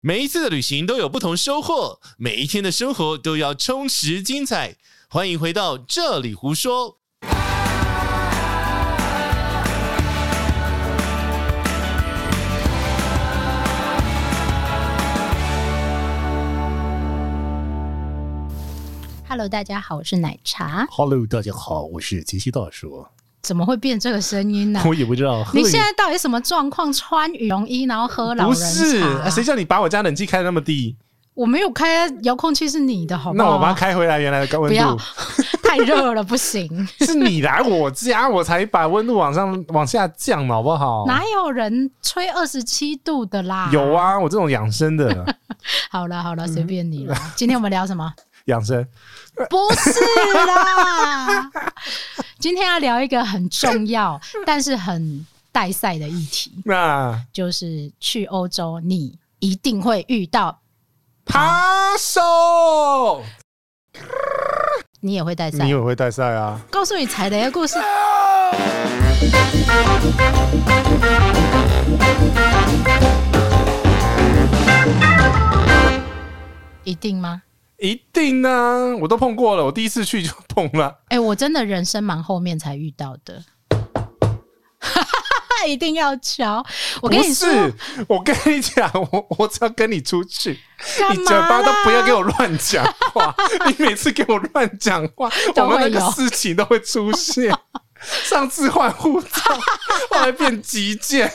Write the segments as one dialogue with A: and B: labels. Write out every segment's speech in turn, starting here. A: 每一次的旅行都有不同收获，每一天的生活都要充实精彩。欢迎回到这里胡说。
B: Hello，大家好，我是奶茶。
C: Hello，大家好，我是杰西大叔。
B: 怎么会变这个声 音呢、
C: 我也不知道，
B: 你现在到底什么状况？穿羽绒衣然后喝老
A: 不
B: 人茶？
A: 是，啊谁叫你把我家冷气开得那么低？
B: 我没有开遥控器，是你的，好不
A: 那
B: 好？
A: 我把它开回来原来的高温
B: 不要
A: 度。，
B: 太热了，不行。
A: 是你来我家，我才把温度往上往下降，好不好？
B: 哪有人吹二十七度的啦？
A: 哦有。啊，嗯我这种养生的
B: 好了好了，随便你了。今天我们聊 什么？
A: 养生，
B: 不是啦，今天要聊一个很重要，但是很带赛的议题，
A: 那
B: 就是去欧洲你一定会遇到，
A: 扒手，
B: 你也会带赛
A: 你。也会带赛啊？
B: 告诉你踩雷的故事。一定吗？
A: 一定啊！我都碰过了，我第一次去就碰了。
B: 哎、我真的人生蛮后面才遇到的， 一定要敲！我跟你说，
A: 不是，我跟你讲，我我只要跟你出去，
B: 干
A: 你嘴
B: 嘛
A: 巴
B: 啦？
A: 都不要给我乱讲 话，你每次给我乱讲话，
B: 都
A: 我
B: 会有
A: 们那个事情都会出 现。上次换护照，后来变急件，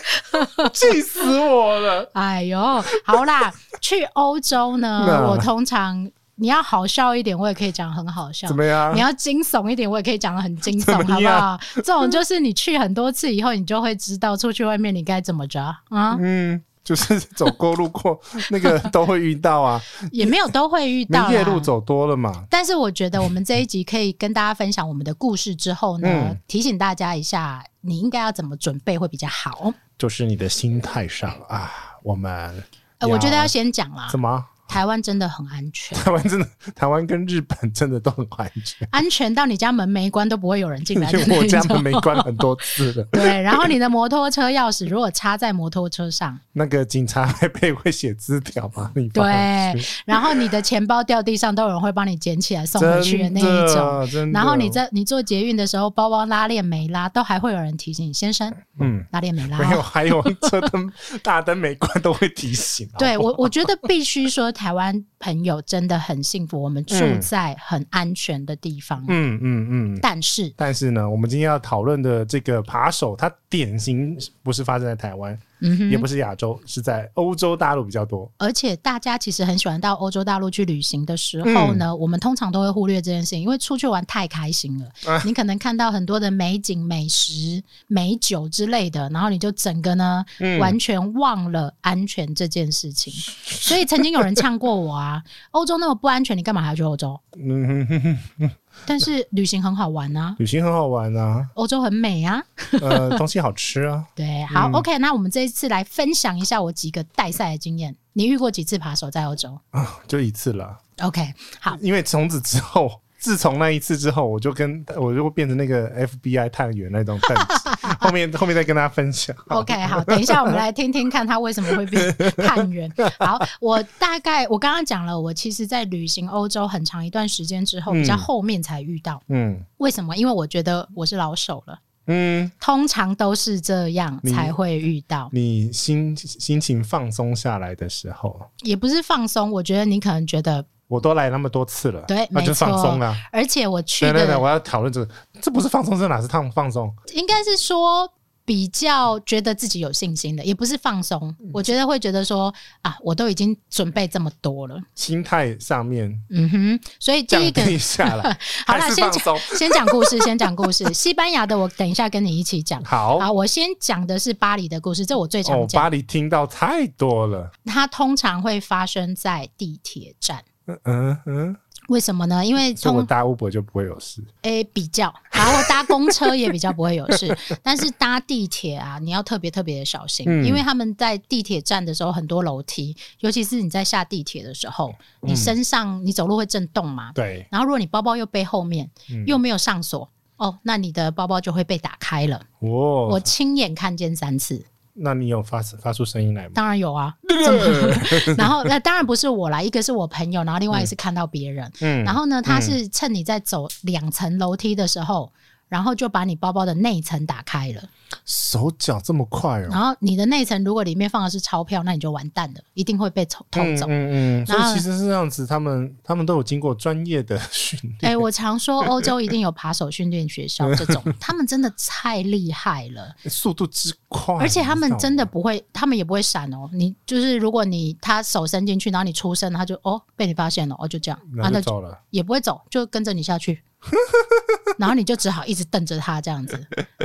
A: 气死我了。
B: 哎呦，好啦，去欧洲 呢，
A: 那
B: 我通常你要好笑一点，我也可以讲很好笑
A: 怎。么样
B: 你？要惊悚一点，我也可以讲的很惊悚，
A: 啊 怎
B: 好
A: 么
B: 不
A: 样
B: 好？这种就是你去很多次以后，你就会知道出去外面你该怎么着啊，
A: 嗯，就是走过路过那个都会遇到啊，
B: 也没有都会遇
A: 你
B: 到啦
A: 夜路。走多了嘛。
B: 但是我觉得我们这一集可以跟大家分享我们的故事之后呢，
A: 嗯
B: 提醒大家一下，你应该要怎么准备会比较好。
C: 就是你的心态上啊，我们
B: 呃，我觉得要先讲啦
C: 怎，
A: 啊
C: 么？
B: 台湾真的很安全，
C: 台湾真的，台湾跟日本真的都很安 全，
B: 安全到你家门没关都不会有人进
C: 因
B: 来的
C: 为我
B: 那
C: 家
B: 种。
C: 门没关很多次了。
B: 对，然后你的摩托车钥匙如果插在摩托车上，
C: 那个警察还配会写字条把你放
B: 对
C: 回去，
B: 然后你的钱包掉地上都有人会帮你捡起来送回去的那一种。
C: 真的，真的
B: 然后你在你做捷运的时候，包包拉链没拉，都还会有人提醒你先生
C: 嗯，
B: 拉链没拉
C: 没有，
B: 哦。
C: 还有车灯大灯没关都会提醒。啊
B: 对我，我觉得必须说，台湾朋友真的很幸福，我们住
C: 嗯
B: 在很安全的地方。
C: 嗯嗯嗯。
B: 但是，
C: 但是呢，我们今天要讨论的这个扒手，它典型不是发生在台湾，
B: 嗯
C: 也
B: 哼，
C: 不是亚洲，是在欧洲大陆比较多。
B: 而且大家其实很喜欢到欧洲大陆去旅行的时候呢，我们通常都会忽略这件事情，因为出去玩太开心了，你可能看到很多的美景、美食、美酒之类的，然后你就整个呢、完全忘了安全这件事情。所以曾经有人呛过我啊， 欧洲那么不安全，你干嘛还要去欧洲？
C: 嗯哼哼哼，
B: 但是旅行很好玩啊，
C: 旅行很好玩啊，
B: 欧洲很美啊。
C: 呃，东西好吃啊。
B: 对，好、o k 那我们这一次来分享一下我几个带赛的经验。你遇过几次扒手在欧洲
C: 啊，就一次了。
B: ？OK，好。
C: 因为从此之后，自从那一次之后，我就跟我就变成那个 FBI 探员那种等级。后面后面再跟大家分享。
B: OK，好，等一下我们来听听看他为什么会变探员。好，我大概我刚刚讲了，我其实在旅行欧洲很长一段时间之后，比较后面才遇到。
C: 嗯
B: 为什么？因为我觉得我是老手了，
C: 嗯，
B: 通常都是这样才会遇到，
C: 你心心情放松下来的时候，
B: 也不是放松。我觉得你可能觉得，
C: 我都来那么多次了，
B: 对
C: 那
B: 没
C: 就放
B: 错
C: 松啊。
B: 而且我去
C: 对对对，
B: 的
C: 我要讨论这个，这不是放松，这哪是放放松？
B: 应该是说。比较觉得自己有信心的，也不是放松，我觉得会觉得说啊，我都已经准备这么多了，
C: 心态上面
B: 嗯哼，所以第
C: 降
B: 一个
C: 低下来，
B: 好啦
C: 还是
B: 先
C: 放
B: 讲
C: 松。
B: 先讲故事， 先讲故事。西班牙的我等一下跟你一起讲。
C: 好，
B: 啊，我先讲的是巴黎的故事，这我最常
C: 哦，
B: 讲。
C: 巴黎听到太多了，
B: 它通常会发生在地铁站，
C: 嗯嗯嗯，
B: 为什么呢？因为
C: 所以我
B: 通
C: 搭 Uber 就不会有事。
B: 诶、比较，然后搭公车也比较不会有 事，但是搭地铁啊，你要特别特别的小心，
C: 嗯
B: 因为他们在地铁站的时候很多楼梯，尤其是你在下地铁的时候，
C: 嗯
B: 你身上、你走路会震动嘛，
C: 对，
B: 然后如果你包包又背后面，
C: 嗯
B: 又没有上锁，哦，那你的包包就会被打开了。
C: 哦，
B: 我亲眼看见三次，
C: 那你有发发出声音来吗？
B: 当然有啊， 然后那当然不是我啦，一个是我朋友，然后另外一个是看到别人。
C: 嗯，
B: 然后呢，他
C: 嗯
B: 是趁你在走两层楼梯的时候，然后就把你包包的内层打开了。
C: 哦手脚这么快哦，
B: 然后你的内层如果里面放的是钞票，那你就完蛋了，一定会被偷偷走。
C: 嗯嗯嗯，所
B: 然后
C: 以其实是这样子，他们他们都有经过专业的训
B: 哎、
C: 练。
B: 我常说 欧洲一定有扒手训练学校这种，他们真的太厉害了，
C: 速度之快，
B: 而且他
C: 你知
B: 们
C: 道
B: 真的
C: 吗
B: 不会，他们也不会闪哦。你就是如果你他手伸进去，然后你出声，他就哦被你发现了，哦就这样，啊
C: 然后
B: 那
C: 就走了，
B: 也不会走，就跟着你下 去，然后你就只好一直瞪着他这样子，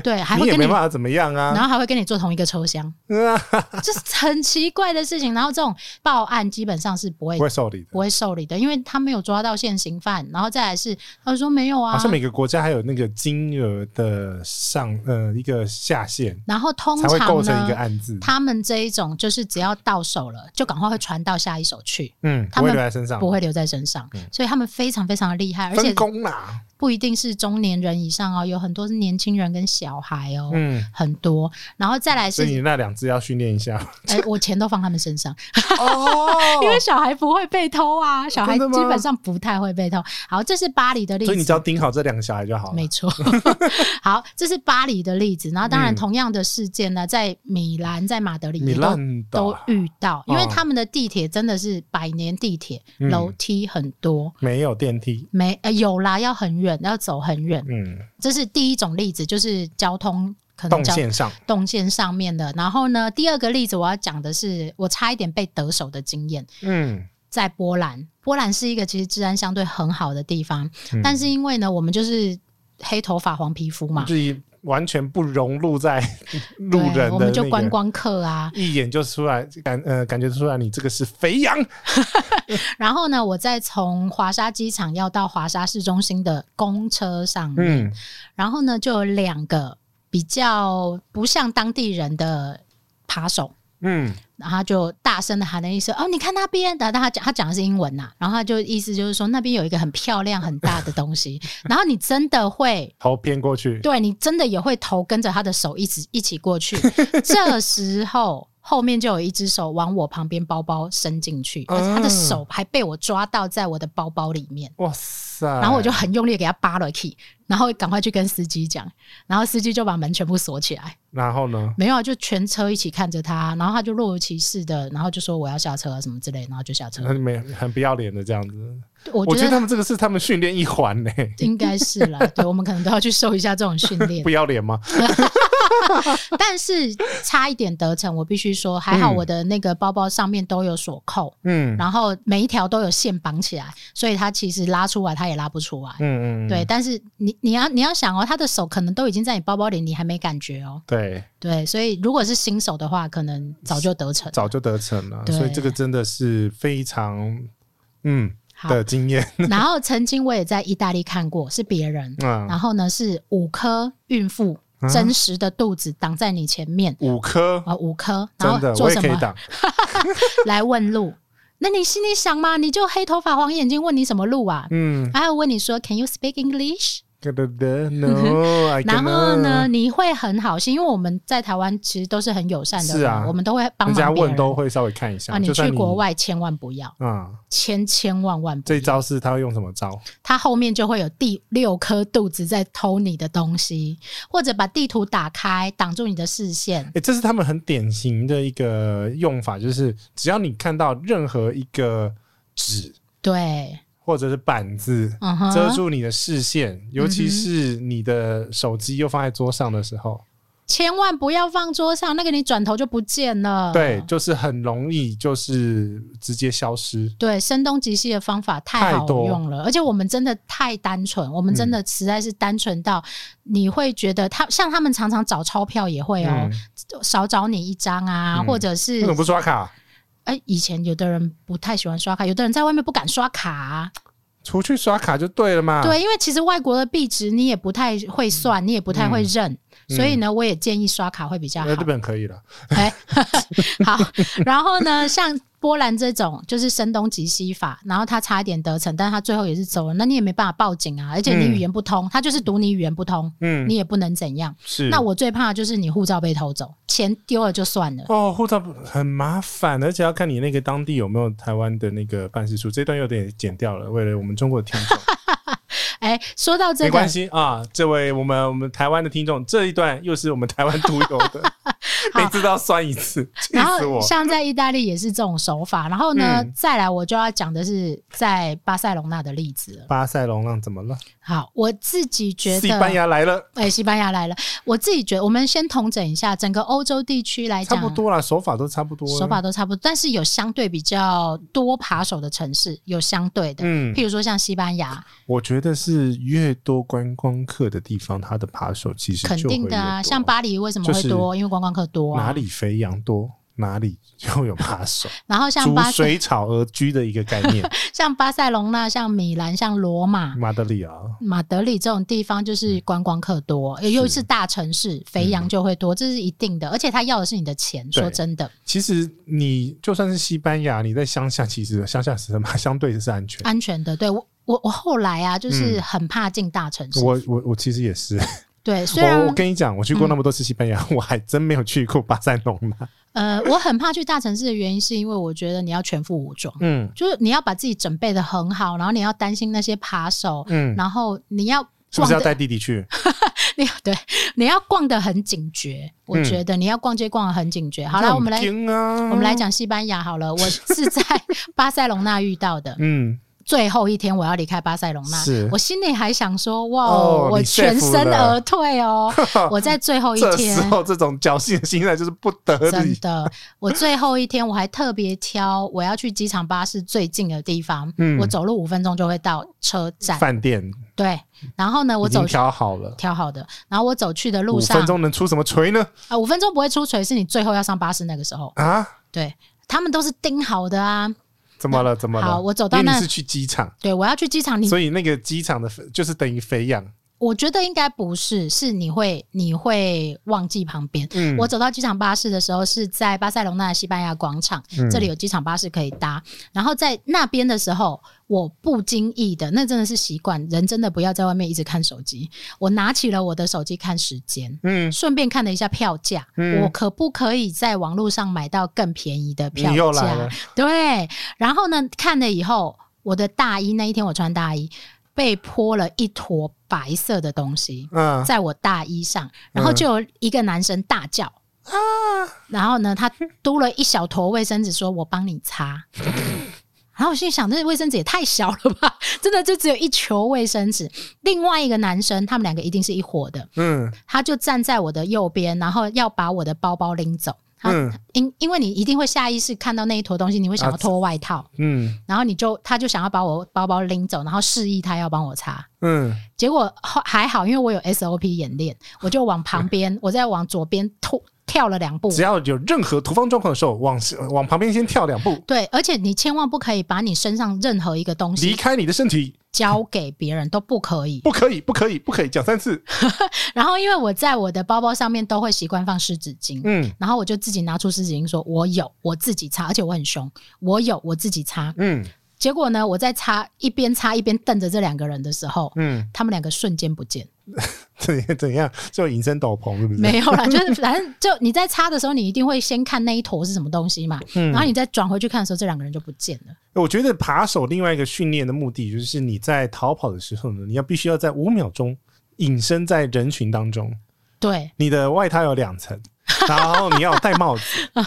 B: 对，还
C: 你
B: 会
C: 也
B: 跟
C: 没
B: 你，
C: 办法怎么样
B: 然
C: 啊。
B: 后还会跟你坐同一个车 厢，这是很奇怪的事情。然后这种报案基本上是不会
C: 不会受理的
B: 不，会受理的，因为他没有抓到现行犯，然后再来是他说没有啊
C: 好，像每个国家还有那个金额的上呃一个下限，
B: 然后通
C: 才会构
B: 常
C: 成一个
B: 呢，
C: 案字。
B: 他们这一种就是只要到手了，就赶快会传到下一手去，
C: 嗯，
B: 他
C: 不会
B: 们
C: 留在身上，嗯
B: 不会留在身上，所以他们非常非常的厉害，而且
C: 分工啦。
B: 不一定是中年人以上哦，有很多是年轻人跟小孩哦。
C: 嗯，
B: 很多，然后再来是
C: 所以，你那两只要训练一下
B: 哎、我钱都放他们身上，
C: 哦。
B: 因为小孩不会被偷啊，小孩
C: 真的吗
B: 基本上不太会被偷。好，这是巴黎的例子，
C: 所以你只要啊盯好这两个小孩就好了
B: 没。错， 好，这是巴黎的例子。然后，当然，
C: 嗯
B: 同样的事件呢，在米兰、在马德里
C: 米
B: 也都
C: 烂的
B: 都遇到，因为
C: 哦
B: 他们的地铁真的是百年地铁，
C: 嗯
B: 楼梯很多。
C: 没有电梯，
B: 没呃有啦，要很远，要走很远。
C: 嗯，
B: 这是第一种例子，就是交通可能
C: 动
B: 交
C: 线上
B: 动线上面的。然后呢，第二个例子我要讲的是，我差一点被得手的经验。
C: 嗯，
B: 在波兰，波兰是一个其实治安相对很好的地方，
C: 嗯
B: 但是因为呢，我们就是黑头发黄皮肤嘛，
C: 自己完全不融入 在路
B: 对，
C: 人的、那
B: 我们就
C: 个
B: 观光客啊。
C: 一眼就出来感呃感觉出来你这个是肥羊，
B: 然后呢，我再从华沙机场要到华沙市中心的公车上面，
C: 嗯，
B: 然后呢，就有两个比较不像当地人的扒手。
C: 嗯，
B: 然后他就大声的喊了一声：“哦，你看那边！”然后他讲他讲的是英文呐、然后他就意思就是说那边有一个很漂亮很大的东西， 然后你真的会
C: 头偏过去，
B: 对你真的也会头跟着他的手一直一起过去。这时候后面就有一只手往我旁边包包伸进去，而且他的手还被我抓到在我的包包里面。
C: 哇塞！
B: 然后我就很用力地给他扒了 key，然后赶快去跟司机讲，然后司机就把门全部锁起来。
C: 然后呢？
B: 没有啊，就全车一起看着他，然后他就若无其事的，然后就说我要下车啊什么之类，然后就下车。
C: 很没很不要脸的这样子，
B: 我
C: 嗯我
B: 觉
C: 觉得
B: 得
C: 他们这个是他们训练一环呢、
B: 应该是啦，对我们可能都要去受一下这种训练
C: 不。要脸吗？
B: 但是差一点得逞，我必须说，还好
C: 嗯
B: 我的那个包包上面都有锁扣，
C: 嗯
B: 然后每一条都有线绑起来，所以他其实拉出来他也拉不出来。
C: 嗯嗯，
B: 对，
C: 嗯
B: 但是你你要你要想哦，他的手可能都已经在你包包里，你还没感觉哦。
C: 对，
B: 对，所以如果是新手的话，可能早就得逞了。
C: 早就得逞了，
B: 对
C: 所以这个真的是非常嗯
B: 好
C: 的经验，
B: 然后曾经我也在意大利看过，是别人，
C: 嗯，
B: 然后呢是五颗孕妇
C: 啊
B: 真实的肚子挡在你前面
C: 五颗
B: 啊、五颗，然
C: 真的
B: 后做
C: 我也
B: 什
C: 可以
B: 么
C: 挡，
B: 来问路？那你心里想嘛，你就黑头发黄眼睛，问你什么路啊？
C: 嗯，
B: 还有问你说 Can you speak English？
C: no，I 啊
B: 然后
C: cannot
B: 呢，你会很好心，因为我们在台湾其实都是很友善的人，
C: 是啊
B: 我们都会帮
C: 人家
B: 忙别
C: 问
B: 人。
C: 都会稍微看一下。
B: 啊，你
C: 就算
B: 去国，外千万不要，
C: 嗯，
B: 千千万万不
C: 这一
B: 要，
C: 招是他会用什么招？
B: 他后面就会有第六颗肚子在偷你的东西，或者把地图打开挡住你的视线。
C: 哎，这是他们很典型的一个用法，就是只要你看到任何一个纸
B: 对，
C: 或者是板子
B: 嗯哼，
C: 遮住你的视线，尤其是你的手机又放在桌上的时候，
B: 千万不要放桌上，那个你转头就不见了。
C: 对，就是很容易就是直接消失。
B: 对，声东击西的方法太
C: 太
B: 好
C: 多
B: 用了，而且我们真的太单纯，我们真的实在是单纯到你会觉得他像他们常常找钞票也会哦，
C: 嗯，
B: 少找你一张啊，
C: 嗯
B: 或者是
C: 为什么不刷卡？
B: 哎、以前有的人不太喜欢刷卡，有的人在外面不敢刷卡啊、
C: 出去刷卡就对了嘛。，
B: 对，因为其实外国的币值你也不太会算，你也不太会认，
C: 嗯
B: 所以呢，我也建议刷卡会比较好
C: 那日。本可以了。
B: 哎，好，然后呢，像波兰这种就是声东击西法，然后他差一点得逞，但是他最后也是走了，那你也没办法报警啊，而且你
C: 嗯
B: 语言不通，他就是读你语言不通，
C: 嗯，
B: 你也不能怎样。
C: 是
B: 那我最怕的就是你护照被偷走，钱丢了就算了。
C: 哦，护照不很麻烦，而且要看你那个当地有没有台湾的那个办事处。这段有点剪掉了，为了我们中国的听 众，
B: 哎、说到
C: 没
B: 这个
C: 关，系啊。这位我们我们台湾的听众，这一段又是我们台湾独有的， 每次都要酸一次，气
B: 然
C: 死
B: 后
C: 我。
B: 像在意大利也是这种手法。然后呢，
C: 嗯
B: 再来我就要讲的是在巴塞隆纳的例子了。
C: 巴塞隆浪怎么了？
B: 好，我自己觉得
C: 西班牙来了，
B: 哎、西班牙来了。我自己觉得，我们先统整一下整个欧洲地区来
C: 差
B: 讲，
C: 不多啦，手法都差不多了。
B: 哎手法都差不多，但是有相对比较多扒手的城市，有相对的，
C: 嗯
B: 譬如说像西班牙，
C: 我觉得是越多观光客的地方，它的扒手其实
B: 肯
C: 就
B: 定
C: 会
B: 的啊。
C: 越多
B: 像巴黎为什么会多？
C: 就
B: 因为观光客多、啊。
C: 哪？里肥羊多，哪里就有扒手，
B: 然后像
C: 逐
B: 巴塞、
C: 水草而居的一个概念。
B: 像巴塞隆纳、像米兰、像罗马、
C: 马德里啊，
B: 马德里这种地方，就是观光客多，
C: 嗯
B: 尤其是大城市，肥羊就会多，这是一定的。而且他要的是你的钱，
C: 对
B: 说真的，
C: 其实你就算是西班牙，你在乡下，其实乡下是什么？ 相对是安全。
B: 安全的。对我，我我后来啊，就是
C: 嗯
B: 很怕进大城市。
C: 我我我其实也是，
B: 对，啊嗯虽然
C: 我我跟你讲，我去过那么多次西班牙，我还真没有去过巴塞隆纳。
B: 呃，我很怕去大城市的原因，是因为我觉得你要全副武装，
C: 嗯
B: 就是你要把自己准备的很好，然后你要担心那些扒手，
C: 嗯，
B: 然后你要
C: 是不
B: 逛
C: 是要带
B: 的，
C: 弟弟去？
B: 你要 对，你要逛的很警觉。我
C: 嗯
B: 觉得你要逛街逛的很警觉。好
C: 那
B: 了，我们来
C: 很惊啊，
B: 我们来，讲西班牙好了。我是在巴塞隆纳遇到的，
C: 嗯，
B: 最后一天我要离开巴塞隆纳
C: 是，
B: 我心里还想说，哇，
C: 哦
B: 我
C: 你
B: 全
C: safe
B: 身
C: 了
B: 而退 哦。我在最后一
C: 这
B: 天
C: 时，候这种侥幸的心态就是不得
B: 真
C: 已。
B: 的，我最后一天我还特别挑我要去机场巴士最近的地方，
C: 嗯
B: 我走路五分钟就会到车站。
C: 饭店
B: 对，然后呢，我
C: 已经
B: 走去
C: 调好了，
B: 挑好的，然后我走去的
C: 五
B: 路上
C: 分，钟能出什么锤呢？
B: 啊，五分钟不会出锤，是你最后要上巴士那个时候，
C: 啊，
B: 对他们都是盯好的啊。
C: 怎么了？怎么了？
B: 好我走到那
C: 因为你是去机场，
B: 对我要去机场，你
C: 所以那个机场的就是等于肥羊。
B: 我觉得应该不是，是你会你会忘记旁边。
C: 嗯，
B: 我走到机场巴士的时候是在巴塞隆纳的西班牙广场，
C: 嗯
B: 这里有机场巴士可以搭。然后在那边的时候，我不经意的，那真的是习惯，人真的不要在外面一直看手机。我拿起了我的手机看时间，
C: 嗯，
B: 顺便看了一下票价，
C: 嗯
B: 我可不可以在网络上买到更便宜的
C: 你又
B: 票
C: 来了
B: 价？对，然后呢，看了以后，我的大衣那一天我穿大衣。被泼了一坨白色的东西，
C: 嗯，
B: 在我大衣上，然后就有一个男生大叫。然后呢，他嘟了一小坨卫生纸，说：“我帮你擦。”然后我心里想，这卫生纸也太小了吧？真的就只有一球卫生纸。另外一个男生，他们两个一定是一伙的，
C: 嗯
B: 他就站在我的右边，然后要把我的包包拎走。他、
C: 嗯
B: 因因为你一定会下意识看到那一坨东西，你会
C: 啊
B: 想要脱外套，
C: 嗯
B: 然后你就他就想要把我包包拎走，然后示意他要帮我擦。
C: 嗯，
B: 结果后还好，因为我有 SOP 演练，我就往旁 边，我再往左边突跳了两步。
C: 只要有任何突发状况的时候，往往旁边先跳两步，
B: 对，而且你千万不可以把你身上任何一个东
C: 离
B: 西
C: 开你的身体，
B: 交给别人，都不可以。
C: 不可以，不可以，不可以，讲三次。
B: 然后，因为我在我的包包上面都会习惯放湿纸巾，
C: 嗯
B: 然后我就自己拿出湿纸巾说：“我有，我自己擦。”而且我很凶，我有，我自己擦。
C: 嗯
B: 结果呢，我在擦一边擦一边瞪着这两个人的时候，
C: 嗯，
B: 他们两个瞬间不见。
C: 怎怎样？就隐身斗篷是不是？
B: 没 有啦，就是反正就你在擦的时候，你一定会先看那一坨是什么东西嘛，
C: 嗯
B: 然后你再转回去看的时候，这两个人就不见了。
C: 我觉得扒手另外一个训练的目的，就是你在逃跑的时候呢，你要必须要在五秒钟隐身在人群当中，
B: 对，
C: 你的外套有 两层。然后你要戴帽子，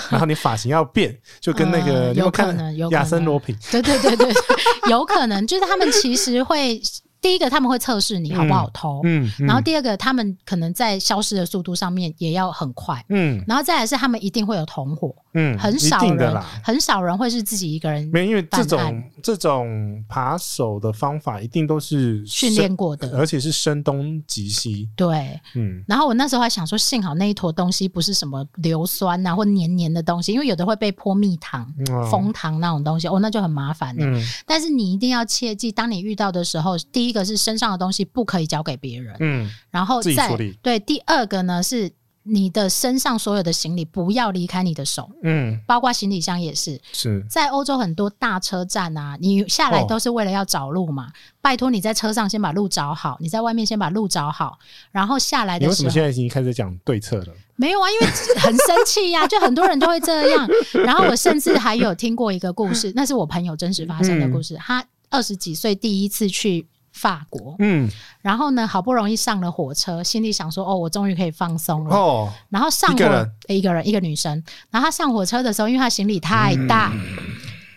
C: 然后你发型要变，就跟那个、
B: 呃
C: 你有没有
B: 有可
C: 看
B: 能有可
C: 亚森
B: 能
C: 罗平，
B: 对对对对，对 有可能就是他们其实会第一个他们会测试你好不好偷，
C: 嗯，嗯
B: 然后第二个他们可能在消失的速度上面也要很快，
C: 嗯
B: 然后再来是他们一定会有同伙，
C: 嗯，
B: 很
C: 一
B: 少
C: 定的
B: 人
C: 啦，
B: 很少人会是自己一个人
C: 没有，因为这
B: 办
C: 种
B: 案
C: 这种扒手的方法一定都是
B: 训
C: 声
B: 练，过的。
C: 而且是声东击西。
B: 对，
C: 嗯，
B: 然后我那时候还想说，幸好那一坨东西不是什么硫酸啊或黏黏的东西，因为有的会被泼蜜糖、
C: 哦
B: 蜂糖那种东西，哦，那就很麻烦了。
C: 嗯
B: 但是你一定要切记，当你遇到的时候，第一个是身上的东西不可以交给别人，
C: 嗯，
B: 然后
C: 自己
B: 再
C: 处理
B: 对第二个呢是你的身上所有的行李不要离开你的手，
C: 嗯，
B: 包括行李箱也是。
C: 是
B: 在欧洲很多大车站啊，你下来
C: 哦
B: 都是为了要找路嘛。拜托你在车上先把路找好，你在外面先把路找好，然后下来
C: 你
B: 的
C: 为什
B: 时
C: 么
B: 候
C: 现在已经开始讲对策了？
B: 没有啊，因为很生气呀、 就很多人都会这样。然后我甚至还有听过一个故 事，那是我朋友真实发生的故
C: 嗯
B: 事。他二十几岁第一次去法国，
C: 嗯，
B: 然后呢，好不容易上了火车，心里想说：“哦，我终于可以放松了。”
C: 哦，
B: 然后上
C: 一
B: 火
C: 个人
B: 诶一个人一个女生，然后她上火车的时候，因为她行李太大，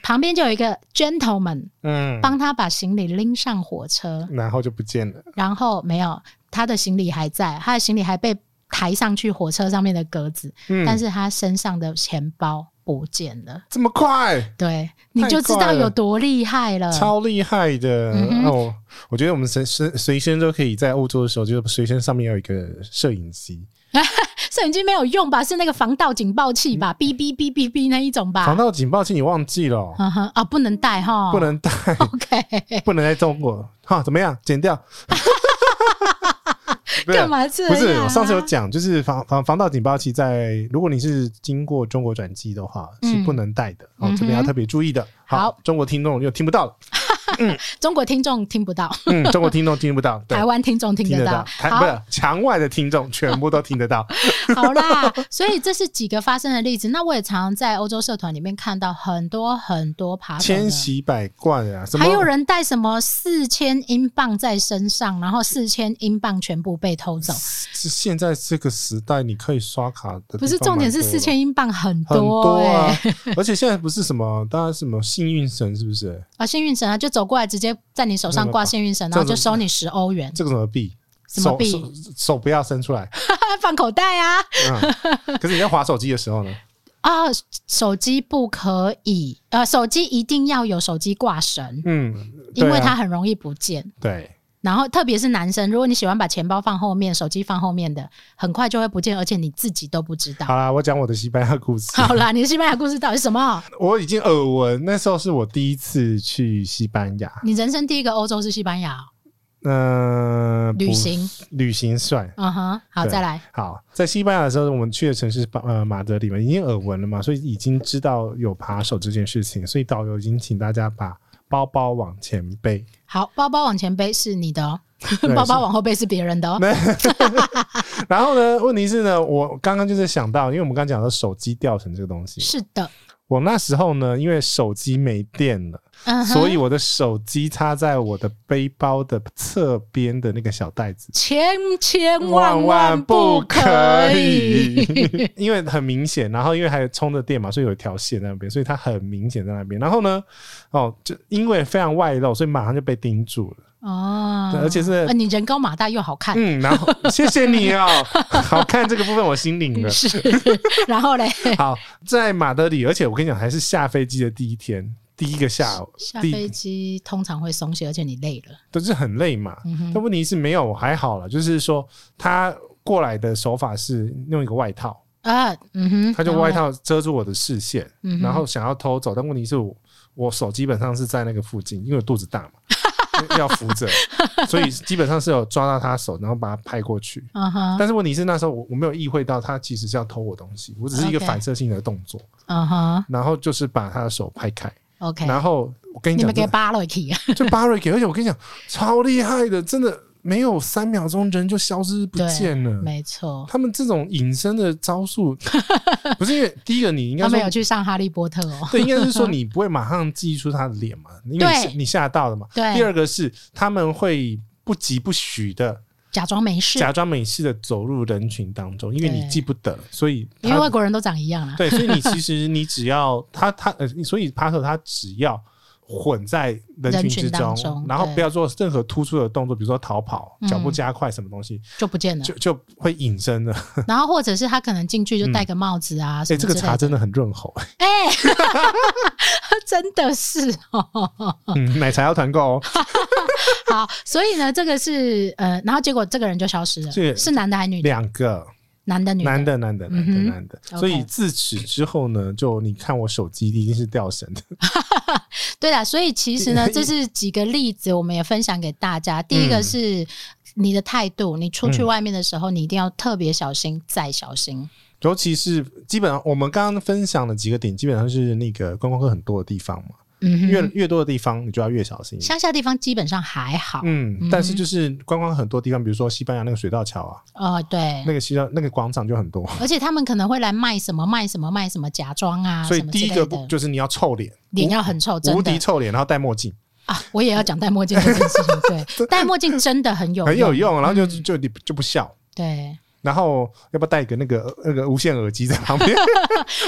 B: 旁边就有一个 gentleman
C: 嗯，
B: 帮她把行李拎上火车，
C: 然后就不见了，
B: 然后没有她的行李还在，她的行李还被抬上去火车上面的格子，
C: 嗯，
B: 但是她身上的钱包不见了。
C: 这么快，
B: 对，你就知
C: 太快
B: 道
C: 了
B: 有多厉害了。
C: 超厉害的
B: 嗯哼
C: 哦！我觉得我们随身随身都可以在欧洲的时候，就是随身上面有一个摄影机，
B: 摄影机没有用吧？是那个防盗警报器吧？哔哔哔哔哔那一种吧
C: 防？盗警报器你忘记了哦，
B: 嗯哼啊，不能带哈，
C: 不。 能带，
B: OK，
C: 不能在中国哈，怎么样？剪掉。不是
B: 干嘛这样、啊
C: 不是，我上次有。讲，就是防防防盗警报器在，如果你是经过中国转机的话，是
B: 嗯
C: 不能带的、
B: 嗯
C: 哦，
B: 哼
C: 这边要特别注意的。
B: 好
C: 中国听众又听不到了，
B: 中国听众听不到，
C: 嗯，中国听众听不到，对
B: 台，湾听众听
C: 听
B: 得
C: 到
B: 到。，
C: 台不是墙外的听众全部都听得到。
B: 好，好啦，所以这是几个发生的例子。那我也常在欧洲社团里面看到很多很多爬虫
C: 千
B: 的。
C: 奇百怪啊，什么
B: 还有人带什么四千英镑在身上，然后四千英镑全部被偷走。
C: 是现在这个时代，你可以刷卡的地方
B: 不是重点是
C: 蛮多的
B: 四千英镑很
C: 很
B: 多
C: 啊
B: 哎、，
C: 而且现在不是什么，当然什么幸运神是不是？
B: 啊幸运绳啊就走过来直接在你手上挂幸运绳，然后就收你十欧元，
C: 这个什么币？
B: 什么币
C: 手手手不要伸 出来。
B: 放口袋啊
C: 嗯，可是你在滑手机的时候呢？
B: 啊手机不可以，呃手机一定要有手机挂绳，
C: 嗯，
B: 因
C: 对
B: 为
C: 啊
B: 它很容易不见。
C: 对
B: 然后，特别是男生，如果你喜欢把钱包放后面，手机放后面的，很快就会不见，而且你自己都不知道。
C: 好啦，我讲我的西班牙故事。
B: 好啦，你的西班牙故事到底是什么？
C: 我已经耳闻，那时候是我第一次去西班牙，
B: 你人生第一个欧洲是西班牙哦
C: 嗯、不
B: 旅行，
C: 旅行算。
B: 嗯哼，好，
C: 对
B: 再来，
C: 好，在西班牙的时候，我们去的城市是巴呃马德里嘛，已经耳闻了嘛，所以已经知道有扒手这件事情，所以导游已经请大家把包包往前背。
B: 好，包包往前背是你的哦，
C: 对
B: 包包
C: 是
B: 往后背是别人的哦。
C: 然后呢，问题是呢，我刚刚就是想到，因为我们刚讲到手机掉绳这个东西，
B: 是的，
C: 我那时候呢，因为手机没电了，
B: 嗯哼，
C: 所以我的手机插在我的背包的侧边的那个小袋子。
B: 千千万万不可
C: 可
B: 以。
C: 以，因为很明显，然后因为还有充着电嘛，所以有一条线在那边，所以它很明显在那边。然后呢，哦，就因为非常外露，所以马上就被盯住了。
B: 哦
C: 对而且是
B: 呃你人高马大又好 看，
C: 嗯，然后谢谢你哦， 好看这个部分我心领了。
B: 是， 然后嘞，
C: 好，在马德里，而且我跟你讲，还是下飞机的第一天，第一个下午，
B: 下
C: 第
B: 飞机通常会松懈，而且你累了。
C: 都是很累嘛。
B: 嗯哼
C: 但问题是没有，还好了，就是说他过来的手法是用一个外套，
B: 啊，嗯哼，
C: 他就
B: 然后
C: 外
B: 嘞，
C: 套遮住我的视线，
B: 嗯哼
C: 然后想要偷走，但问题是我我手基本上是在那个附近，因为我肚子大嘛。 要扶着，所以基本上是有抓到他手，然后把他拍过去。
B: 嗯哼，
C: 但是问题是那时候我我没有意会到他其实是要偷我东西，我只是一个
B: OK
C: 反射性的动作，
B: 嗯哼
C: 然后就是把他的手拍开，
B: ，OK，
C: 然后我跟
B: 哎
C: 你
B: 你
C: 讲
B: 们
C: 真
B: 给
C: 的，
B: 扒了去啊，
C: 就巴瑞给，而且我跟你讲超厉害的，真的没有三秒钟人就消失不
B: 对
C: 见了。
B: 没错，
C: 他们这种隐身的招数，不是因为第一个 你应该
B: 他
C: 说
B: 们哦有去上哈利波特 哦，
C: 对，应该是说你不会马上记出他的脸嘛，因为你吓
B: 对
C: 你吓到了嘛。
B: 对
C: 第二个是他们会不疾不徐的
B: 假装没事，
C: 假装没事的走入人群当中，因为你
B: 对
C: 记不得，所以
B: 因为外
C: 他
B: 国人都长一样啊啦。
C: 对，所以你其实你只要他他呃，所以扒手他只要混在人群
B: 人
C: 之
B: 群
C: 中
B: 当，中
C: 然后
B: 对
C: 不要做任何突出的动作，比如说逃跑、脚步
B: 嗯
C: 加快什么东西，
B: 就不见了
C: 就，就会隐身了。
B: 然后或者是他可能进去就戴个帽子啊，
C: 哎、
B: 什么
C: 这个
B: 之类
C: 茶
B: 的
C: 真的很润喉，
B: 哎，真的是哦。
C: 嗯，奶茶要 团购哦。
B: 好，所以呢，这个是呃，然后结果这个人就消失了，
C: 是
B: 是男的还是女的？
C: 两个
B: 男的女的？
C: 男的，男的，男的，
B: 嗯哼
C: 男的。
B: OK
C: 所以自此之后呢，就你看我手机一定是掉绳的。 嗯
B: 对啦，所以其实呢，这是几个例子，我们也分享给大家。第一个是你的态度，你出去外面的时候，你一定要特别小心再小心。
C: 尤其是基本上我们刚刚分享的几个点，基本上是那个观光客很多的地方嘛，
B: 嗯哼，
C: 越越多的地方你就要越小心。
B: 乡下地方基本上还好，
C: 嗯，但是就是观光很多地方，比如说西班牙那个水道桥啊，
B: 哦，对
C: 那，个西道那个广场就很多，
B: 而且他们可能会来卖什么卖什么卖什么假装啊，
C: 所以
B: 什么之
C: 第一
B: 类的
C: 个不就是你要臭脸，
B: 脸要很臭，
C: 无
B: 真的
C: 敌臭脸，然后戴墨镜，
B: 啊！我也要讲戴墨镜这件事情， 对，戴墨镜真的很有
C: 很有用，然后就
B: 嗯
C: 就你就不笑。
B: 对，
C: 然后要不要戴一个那个那个无线耳机在旁边？
B: 哦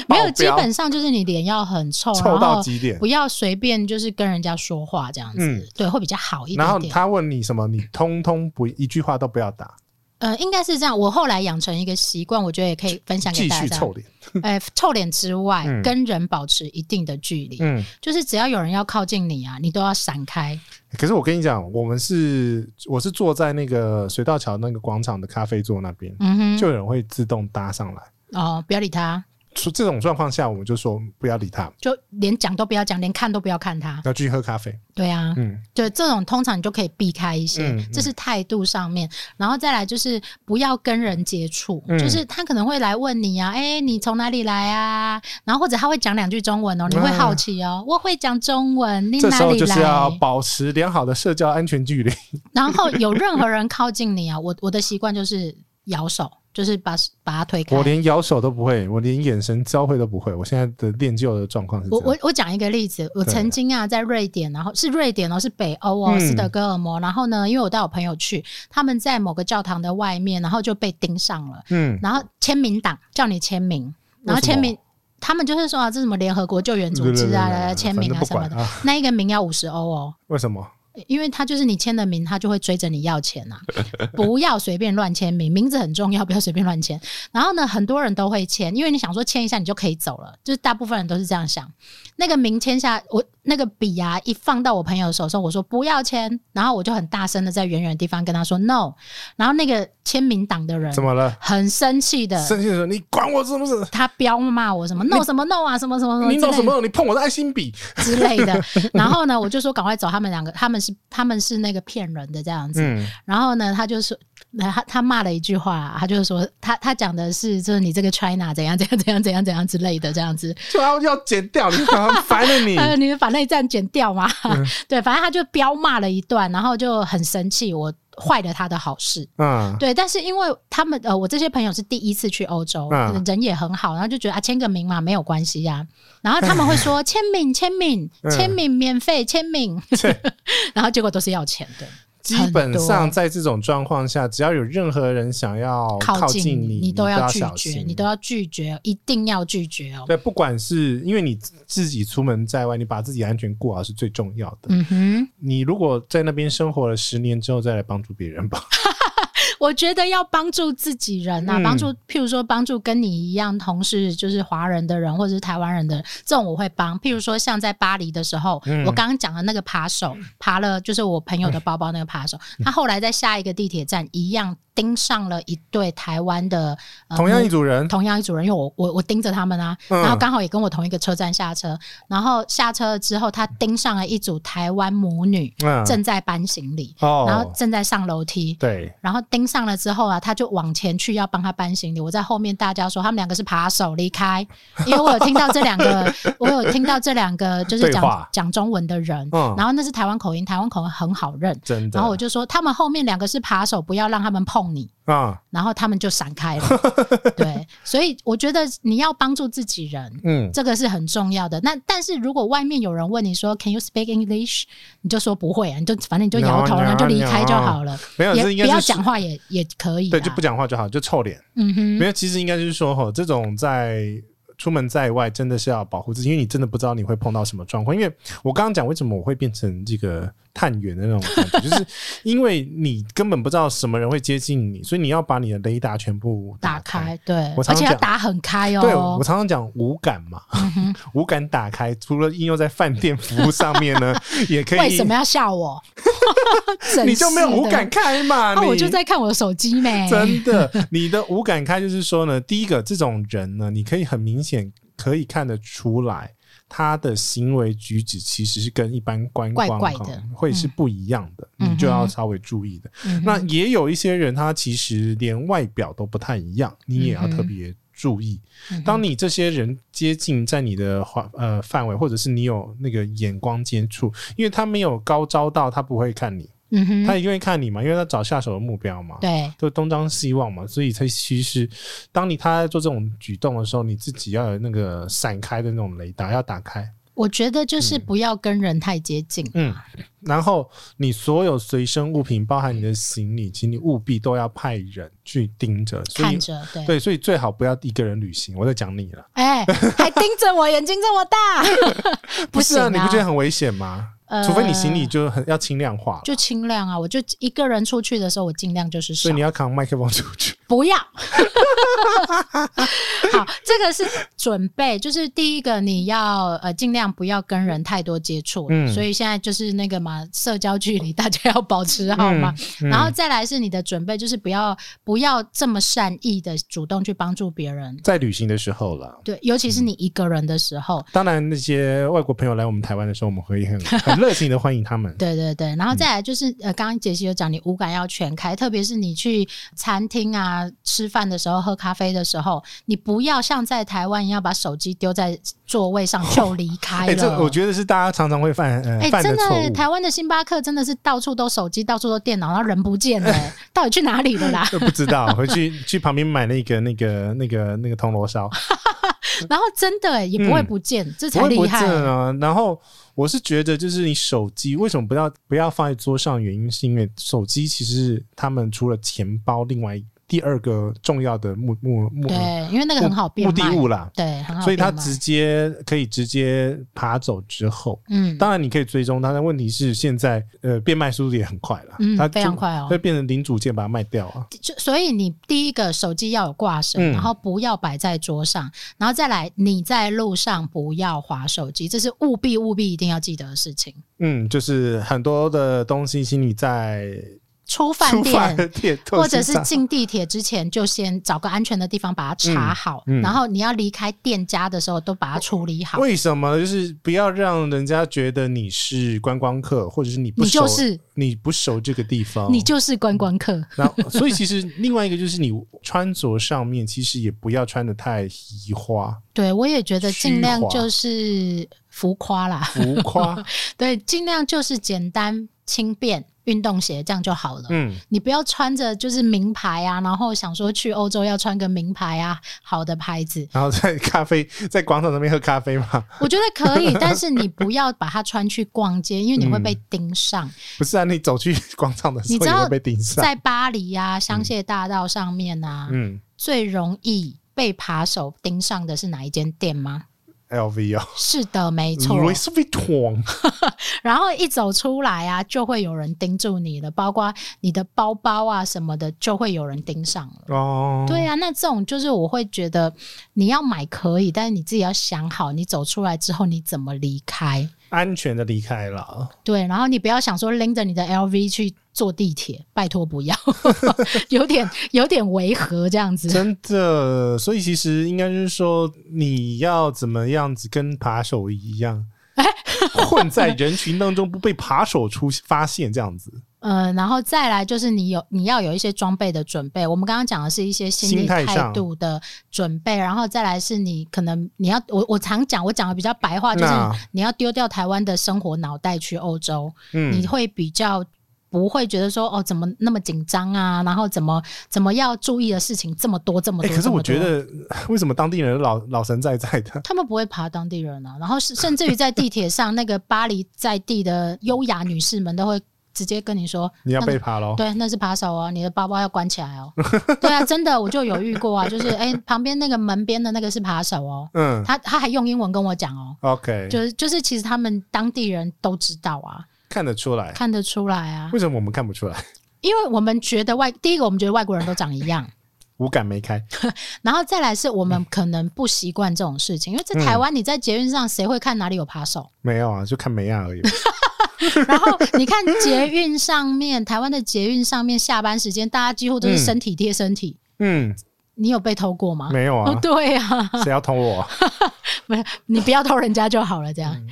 B: 没
C: 保
B: 有，基
C: 镖
B: 本上就是你脸要很臭，
C: 臭
B: 然
C: 到
B: 后
C: 极点
B: 不。要随便就是跟人家说话这样子，
C: 嗯
B: 对，会比较好一
C: 然后
B: 点点。
C: 他问你什么，你通通不一句话都不要打，
B: 呃，应该是这样。我后来养成一个习惯，我觉得也可以分享给
C: 继
B: 大
C: 续
B: 家。
C: 臭脸。
B: 呃，臭脸之外，
C: 嗯
B: 跟人保持一定的距离，
C: 嗯，
B: 就是只要有人要靠近你啊，你都要闪开。
C: 可是我跟你讲，我们是我是坐在那个水道桥那个广场的咖啡座那边，
B: 嗯哼，
C: 就有人会自动搭上来。
B: 哦，不要理他，
C: 出这种状况下，我们就说不要理他，
B: 就连讲都不要讲，连看都不要看他。
C: 要继续喝咖啡。
B: 对啊，
C: 嗯，
B: 对这种通常你就可以避开一些，
C: 嗯嗯
B: 这是态度上面。然后再来就是不要跟人接触，
C: 嗯
B: 就是他可能会来问你啊，哎、你从哪里来啊？然后或者他会讲两句中文哦，你会好奇哦，我会讲中文，你
C: 嗯这
B: 哪
C: 时候
B: 里
C: 就是要
B: 来？
C: 保持良好的社交安全距离。
B: 然后有任何人靠近你啊，我我的习惯就是摇手，就是把把他推开
C: 我。连摇手都不会，我连眼神交汇都不会。我现在的练就的状况是这
B: 我
C: 样。
B: 我我讲一个例子，我
C: 对
B: 曾经啊在瑞典，然后是瑞典哦，是北欧哦，
C: 嗯
B: 斯德哥尔摩。然后呢，因为我带我朋友去，他们在某个教堂的外面，然后就被盯上了，
C: 嗯，
B: 然后签名档叫你签名，然后签名，他们就是说啊，这什么联合国救援组织啊，来来签名啊
C: 反正不
B: 什么
C: 管
B: 的，
C: 啊。
B: 那一个名要五十欧哦。
C: 为什么？
B: 因为他就是你签的名，他就会追着你要钱呐、不要随便乱签名，名字很重要，不要随便乱签。然后呢，很多人都会签，因为你想说签一下你就可以走了，就是大部分人都是这样想。那个名签下，我那个笔啊一放到我朋友手上，我说不要签，然后我就很大声的在远远的地方跟他说 no，然后那个签名档的人
C: 怎么了？
B: 很生气的，
C: 生气的时候，你管我是不是？
B: 他彪骂我什么 no 什么 no 啊什么什么什么之
C: 你弄什
B: 类的
C: 么？你碰我的爱心笔？
B: 之类的。然后呢，我就说赶快走，他们两个他们是他们是那个骗人的这样子。
C: 嗯，
B: 然后呢，他就说，那他他骂了一句话，他就是说，他他讲的是，就是你这个 China 怎样怎样怎样怎样怎样之类的，这样子，
C: 就要要剪掉，你很烦了 你。
B: 呃，你把那一站剪掉嘛， 对，反正他就彪骂了一段，然后就很生气，我坏了他的好事。
C: 嗯，
B: 对，但是因为他们呃，我这些朋友是第一次去欧洲，
C: 嗯
B: 人也很好，然后就觉得啊，签个名嘛，没有关系呀、然后他们会说签名、签名、
C: 嗯
B: 签名，免费签名，然后结果都是要钱的。
C: 基本上在这种状况下，只要有任何人想要
B: 靠
C: 哦近
B: 你，
C: 你
B: 都
C: 要
B: 拒
C: 小
B: 绝，
C: 心
B: 你都要拒绝，一定要拒绝哦。
C: 对，不管是因为你自己出门在外，你把自己安全顾好是最重要的。
B: 嗯哼，
C: 你如果在那边生活了十年之后再来帮助别人吧，
B: 我觉得要帮助自己人呐、
C: 嗯
B: 帮助，譬如说帮助跟你一样同是就是华人的人或者是台湾人的人，这种我会帮。譬如说像在巴黎的时候，
C: 嗯
B: 我刚刚讲的那个扒手，扒了就是我朋友的包包那个扒手，
C: 嗯
B: 他后来在下一个地铁站一样盯上了一对台湾的、呃
C: 同样一组人，
B: 同样一组人，因为我我我盯着他们啊，
C: 嗯
B: 然后刚好也跟我同一个车站下车，然后下车了之后，他盯上了一组台湾母女
C: 嗯，
B: 正在搬行李，然后
C: 哦，
B: 正在上楼梯。
C: 对，
B: 然后盯上了之后啊，他就往前去要帮他搬行李。我在后面大叫说，他们两个是扒手离开，因为我有听到这两 个，我有听到这两个就是
C: 对
B: 讲
C: 话
B: 讲中文的人，
C: 嗯
B: 然后那是台湾口音，台湾口音很好认。
C: 真的。
B: 然后我就说，他们后面两个是扒手，不要让他们碰你。
C: 啊，
B: 然后他们就闪开了。 对，所以我觉得你要帮助自己人，
C: 嗯，
B: 这个是很重要的。那但是如果外面有人问你说 “Can you speak English”，你就说不会啊，你就反正你就
C: No,
B: 摇头，
C: no,
B: 然后就离开就好了，
C: 没有，
B: 也
C: 这应该
B: 不要
C: 是
B: 讲话也也可以。啊
C: 对，就不。讲话就好，就臭脸。
B: 嗯哼，
C: 没有，其实应该就是说，哈，这种在出门在外真的是要保护自己，因为你真的不知道你会碰到什么状况。因为我刚刚讲为什么我会变成这个探员的那种感 觉，就是因为你根本不知道什么人会接近你，所以你要把你的雷达全部
B: 打
C: 开。
B: 开，对，
C: 我
B: 而
C: 常
B: 且
C: 常
B: 要
C: 讲
B: 打很开
C: 对
B: 哦嗯
C: 我。常常讲无感嘛， 无感打开，除了应用在饭店服务上面 呢，也可以。
B: 为什么要笑 我？真
C: 你就没有
B: 是的
C: 无感？开嘛？
B: 那
C: 你
B: 我就在看我的手机没。
C: 真的，你的无 感开就是说呢，第一个这种人呢，你可以很明显可以看得出来，他的行为举止其实是跟一般观光
B: 怪怪的
C: 会是不一样的，
B: 嗯
C: 你就要稍微注意的。
B: 嗯哼
C: 那也有一些人，他其实连外表都不太一样，你也要特别注意。
B: 嗯哼
C: 当你这些人接近在你的环呃范围，或者是你有那个眼光接触，因为他没有高招到，他不会看你，
B: 嗯哼，
C: 他一定会看你嘛，因为他找下手的目标嘛。
B: 对，
C: 就东张西望嘛，所以他其实，当你他在做这种举动的时候，你自己要有那个闪开的那种雷达要打开，
B: 我觉得就是不要跟人太接近。
C: 嗯，然后你所有随身物品，包含你的行李，请你务必都要派人去盯着，所以
B: 看着，对，
C: 对，所以最好不要一个人旅行。我在讲你了，
B: 哎、还盯着我，眼睛这么大，
C: 不是
B: 行啊，
C: 你不觉得很危险吗？
B: 呃
C: 除非你行李就很要轻量化了，
B: 就轻量啊？我就一个人出去的时候，我尽量就是
C: 所
B: 少
C: 以你要扛麦克风出去。
B: 不要。 好，这个是准备，就是第一个你要呃尽量不要跟人太多接触，
C: 嗯
B: 所以现在就是那个嘛，社交距离 大家要保持好嘛。
C: 嗯
B: 然后再来是你的准备，就是不要不要这么善意的主动去帮助别人，
C: 在旅行的时候了。
B: 对，尤其是
C: 嗯
B: 你一个人的时候，
C: 当然，那些外国朋友来我们台湾的时候，我们会很很热情的欢迎他们。
B: 对对对，然
C: 嗯
B: 后再来就是、呃，刚刚杰西有讲，你五感要全开，特别是你去餐厅啊、吃饭的时候、喝咖啡的时候，你不要像在台湾一样把手机丢在座位上就离开 了。
C: 哎、这我觉得是大家常常会犯呃、
B: 哎、
C: 犯
B: 真
C: 的错
B: 的，
C: 误。
B: 台湾的星巴克真的是到处都手机，到处都电脑，然后人不见 了、到底去哪里了啦？
C: 都呃不知道，回去去旁边买那个那个那个那个铜锣烧，
B: 然后真的、也不会
C: 嗯
B: 不见，哦这
C: 不
B: 才
C: 会不
B: 厉
C: 会
B: 害。
C: 这啊。然后我是觉得，就是你手机为什么不要不要放在桌上？原因是因为手机其实他们除了钱包，另外第二个重要的目目目
B: 对，因为那个
C: 目
B: 很好变
C: 目的
B: 卖，
C: 物啦，
B: 对，很好变卖。
C: 所以它直接可以直接爬走之后。
B: 嗯
C: 当然，你可以追踪它，但问题是现在呃变卖速度也很快了，
B: 嗯
C: 它
B: 非常快哦
C: 会变成零组件把它卖掉啊。
B: 就所以你第一个手机要有挂绳，
C: 嗯
B: 然后不要摆在桌上，然后再来你在路上不要划手机，这是务必务必一定要记得的事情。
C: 嗯，就是很多的东西，请你在
B: 出饭
C: 出发
B: 店。
C: 店透析
B: 或者是
C: 上
B: 进地铁之前，就先找个安全的地方把它查好，
C: 嗯嗯
B: 然后你要离开店家的时候都把它处理好。
C: 为什么就是不要让人家觉得你是观光客，或者是你不
B: 你
C: 熟，哦
B: 就是
C: 你不熟这个地方，
B: 你就是观光客，
C: 然后所以其实另外一个就是你穿着上面其实也不要穿的太移花
B: 对我也觉得尽量
C: 虚华
B: 就是浮夸啦，
C: 浮夸，
B: 对，尽量就是简单轻便运动鞋这样就好了。
C: 嗯，
B: 你不要穿着就是名牌啊，然后想说去欧洲要穿个名牌啊，好的牌子，
C: 然后在咖啡在广场那边喝咖啡嘛，
B: 我觉得可以，但是你不要把它穿去逛街，因为你会被盯上。
C: 不是啊，你走去广场的时
B: 你知
C: 候也
B: 道
C: 会被盯上，
B: 在巴黎啊，香榭大道上面啊，
C: 嗯
B: 最容易被扒手盯上的是哪一间店吗？
C: ，LV 哦
B: 是的，没错。
C: ，Louis Vuitton，
B: 然后一走出来啊，就会有人盯住你了，包括你的包包啊什么的，就会有人盯上了。
C: 哦，
B: 对啊，那这种就是我会觉得你要买可以，但是你自己要想好，你走出来之后你怎么离开。
C: 安全的离开了，
B: 对，然后你不要想说拎着你的 LV 去坐地铁，拜托不要， 有点有点违和这样子。
C: 真的，所以其实应该是说，你要怎么样子跟扒手一样，
B: 哎
C: 混在人群当中不被扒手出发现，这样子
B: 呃，然后再来就是你有你要有一些装备的准备，我们刚刚讲的是一些心理
C: 心态
B: 态
C: 上
B: 度的准备，然后再来是你可能你要我我常讲，我讲的比较白话，就是
C: 那
B: 你要丢掉台湾的生活脑袋去欧洲。
C: 嗯
B: 你，会比较不会觉得说哦，怎么那么紧张啊？然后怎么怎么要注意的事情这么多这么
C: 哎、
B: 多？
C: 可是我
B: 这
C: 觉
B: 么多
C: 得为什么当地人老老神在在的？
B: 他们不会爬当地人啊，然后是甚 至于在地铁上，那个巴黎在地的优雅女士们都会直接跟你说，
C: 你要
B: 那个
C: 被扒喽？
B: 对，那是扒手哦，你的包包要关起来 哦。对啊，真的，我就有遇过啊，就是哎、旁边那个门边的那个是扒手哦，
C: 嗯
B: 他他还用英文跟我讲哦，
C: ，OK，
B: 就是就是其实他们当地人都知道啊，
C: 看得出来。
B: 看得出来啊，
C: 为什么我们看不出来？
B: 因为我们觉得外第一个，我们觉得外国人都长一 样，
C: 五感没开，
B: 然后再来是我们可能不习惯这种事情，因为
C: 嗯
B: 在台湾你在捷运上谁会看哪里有扒手？
C: 没有啊，就看梅亚而已。
B: 然后你看捷运 上面，台湾的捷运上面下班时间，大家几乎都是身体贴身体。
C: 嗯，
B: 你有被偷过吗？
C: 没有
B: 哦
C: 啊，，
B: 对啊，
C: 谁要偷我？
B: 没有，你不要偷人家就好了，这
C: 嗯
B: 样。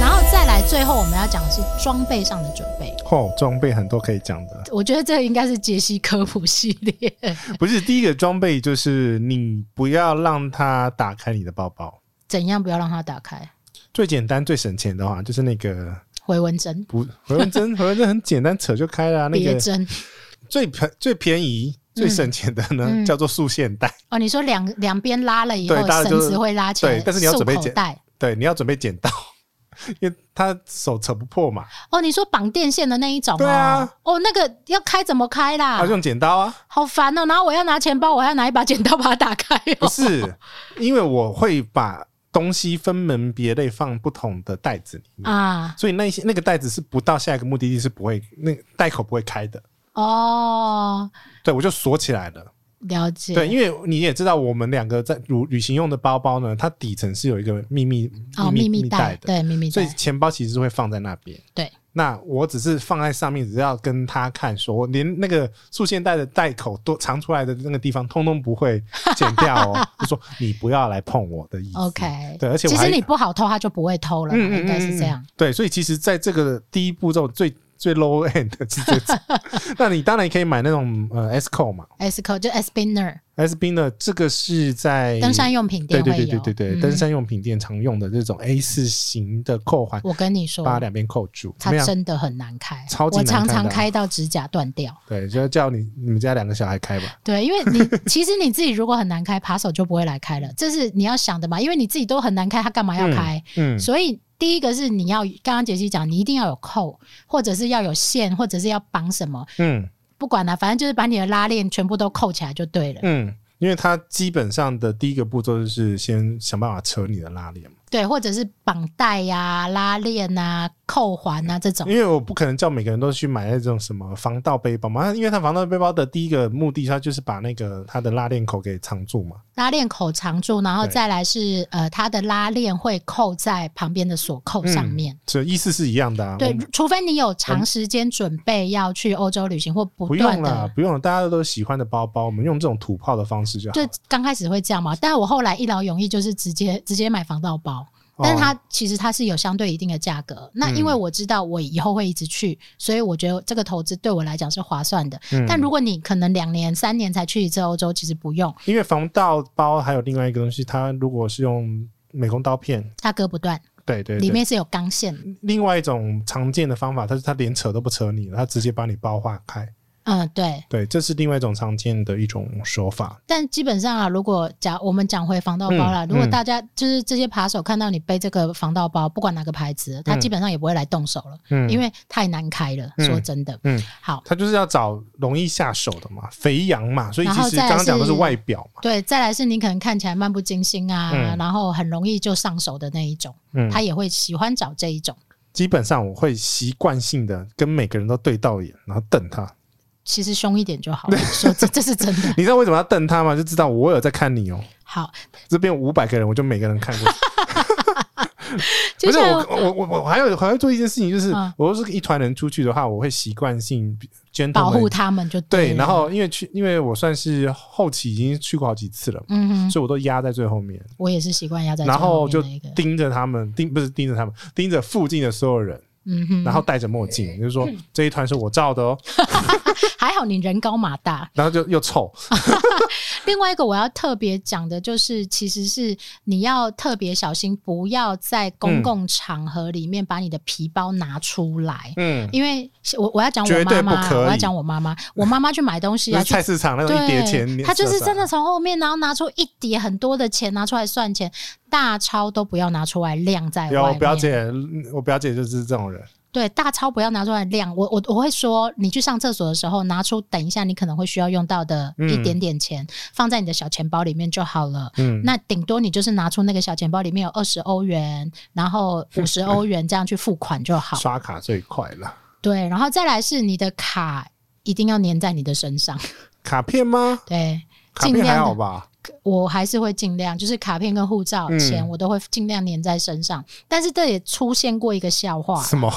B: 然后再来，最后我们要讲的是装备上的准备。
C: 哦，装备很多可以讲的，
B: 我觉得这个应该是杰西科普系列。
C: 不是第一个装备就是你不要让他打开你的包包。
B: 怎样不要让它打开？
C: 最简单最省钱的话，就是那个
B: 回纹针、
C: 不回纹针，回纹针很简单，扯就开了啊、那
B: 别
C: 个
B: 针
C: 最便最便宜、最省钱的呢，
B: 嗯
C: 叫做束线带。
B: 哦，你说两两边拉了以后
C: 对，拉了就
B: 绳
C: 是
B: 子会拉起来，
C: 对但是你要准备
B: 束口
C: 剪
B: 袋
C: 对，你要准备剪刀， 因为他手扯不破嘛，
B: 哦。你说绑电线的那一种、哦，
C: 对啊，
B: 哦，那个要开怎么开啦？
C: 他用剪刀啊。
B: 好烦哦！然后我要拿钱包，我还要拿一把剪刀把它打开
C: 不
B: 哦。
C: 是，因为我会把东西分门别类放不同的袋子里面，
B: 啊，
C: 所以那一些那个袋子是不到下一个目的地是不会那个袋口不会开的。
B: 哦，
C: 对，我就锁起来了。
B: 了解。
C: 对，因为你也知道，我们两个在旅旅行用的包包呢，它底层是有一个秘密
B: 哦，秘密
C: 袋
B: 袋，
C: 的，
B: 对，秘密
C: 所以
B: 袋，
C: 钱包其实是会放在那边。
B: 对，
C: 那我只是放在上面，只要跟他看说，我连那个束线带的带口都藏出来的那个地方，通通不会剪掉 哦。就说你不要来碰我的意思。
B: OK。
C: 对而且我
B: 其
C: 还嗯
B: 实你不好偷，他就不会偷了，应该是这样。。
C: 对，所以其实在这个第一步骤最最 low end 的是这 种。那你当然可以买那种呃 S 扣嘛
B: S 扣就 S spinner
C: ，S B 呢，这个是在
B: 登山用品
C: 对
B: 店
C: 哎对
B: 会
C: 对
B: 有，
C: 对对对，
B: 嗯
C: 登。山用品店常用的这种 A 四型的扣环，
B: 我跟你说，
C: 把两边扣住，怎
B: 它
C: 么样？
B: 真的很难开，
C: 超级
B: 我
C: 难开的啊
B: 常常开到指甲断掉。
C: 对，就叫你你们家两个小孩开吧。
B: 对，因为 你其实你自己如果很难开，扒手就不会来开了，这是你要想的嘛。因为你自己都很难开，他干嘛要开？
C: 嗯，
B: 所以第一个是你要刚刚杰西讲，你一定要有扣，或者是要有线，或者是要绑什么，
C: 嗯
B: 不管了、反正就是把你的拉链全部都扣起来就对了。
C: 嗯，因为它基本上的第一个步骤就是先想办法扯你的拉链嘛，
B: 对，或者是绑带呀、拉链啊、扣环啊这种。
C: 因为我不可能叫每个人都去买那种什么防盗背包嘛，因为它防盗背包的第一个目的，它就是把那个它的拉链口给藏住嘛。
B: 拉链口长住，然后
C: 对
B: 再来是呃，它的拉链会扣在旁边的锁扣
C: 嗯
B: 上面。
C: 所以意思是一样的啊。我
B: 对
C: 们，
B: 除非你有长时间准备要去欧洲旅行或不
C: 不用
B: 断
C: 啦
B: 的，。
C: 不用了，大家都喜欢的包包，我们用这种土炮的方式就好
B: 就。刚开始会这样嘛，但我后来一劳永逸，就是直接直接买防盗包。
C: 哦嗯
B: 但是它其实它是有相对一定的价格。那因为我知道我以后会一直去，所以我觉得这个投资对我来讲是划算的。
C: 嗯
B: 但如果你可能两年、三年才去一次欧洲，其实不用，
C: 因为防盗包还有另外一个东西，它如果是用美工刀片，
B: 它割不断，
C: 对对对，嗯
B: 里面是有钢线。
C: 另外一种常见的方法，它是它连扯都不扯你了，它直接把你包化开。
B: 嗯，对。
C: 对，这是另外一种常见的一种手法。
B: 但基本上啊，如果假我们讲回防盗包啦，
C: 嗯
B: 如果大家就是这些扒手看到你背这个防盗包，不管哪个牌子，他基本上也不会来动手了，
C: 嗯，
B: 因为太难开了。
C: 嗯
B: 说真的，
C: 嗯，
B: 好。
C: 它就是要找容易下手的嘛，肥羊嘛，所以
B: 然
C: 其
B: 后
C: 实
B: 再来
C: 刚刚讲的是
B: 是
C: 外表嘛，
B: 对，再来是你可能看起来漫不经心啊，
C: 嗯
B: 然后很容易就上手的那一种，
C: 嗯，
B: 他也会喜欢找这一种。
C: 基本上我会习惯性的跟每个人都对到眼，然后瞪他。
B: 其实凶一点就好了，说这这是真的。
C: 你知道为什么要瞪他吗？就知道我有在看你哦、
B: 好，
C: 这边五百个人，我就每个人看过去。
B: 就
C: 不是
B: 像
C: 我，我我我还有还会做一件事情，就是、
B: 嗯
C: 我如果是一团人出去的话，我会习惯性捐
B: 保护他们嗯就
C: 对，
B: 了
C: 然后因为去，因为我算是后期已经去过好几次了，
B: 嗯哼，
C: 所以我都压在最后面，
B: 我也是习惯要在
C: 然
B: 最
C: 后
B: 面
C: 就
B: 的一个，
C: 盯着他们，盯不是盯着他们，盯着附近的所有人，
B: 嗯哼，
C: 然后戴着墨镜，就是说这一团是我照的哦，
B: 还好你人高马大。
C: 然后就又臭，
B: 另外一个我要特别讲的就是，其实是你要特别小心，不要在
C: 嗯
B: 公共场合里面把你的皮包拿出来。
C: 嗯，
B: 因为我我要讲我
C: 绝对
B: 妈妈
C: 不
B: 啊，
C: 可以
B: 我要讲我妈 妈，我妈妈去买东西
C: 就
B: 啊，
C: 是
B: 去
C: 菜市场那种一叠钱，啊
B: 对，他就是真的
C: 你
B: 从后面，然后拿出一叠很多的钱拿出来算钱，大钞都不要拿出来晾在
C: 有
B: 外
C: 我
B: 面。
C: 表姐，我表姐就是这种人，
B: 对，大钞不要拿出来晾。我我我会说，你去上厕所的时候，拿出等一下你可能会需要用到的
C: 嗯
B: 一点点钱，放在你的小钱包里面就好了。
C: 嗯，
B: 那顶多你就是拿出那个小钱包里面有二十欧元，然后五十欧元这样去付款就好。
C: 刷卡最快了，
B: 对，然后再来是你的卡一定要粘在你的身上，
C: 卡片吗？
B: 对，
C: 卡
B: 尽
C: 片还
B: 量
C: 好
B: 地
C: 吧？
B: 我还是会尽量，就是卡片跟护照
C: 嗯
B: 钱，我都会尽量粘在身上。但是这也出现过一个笑话，
C: 什么？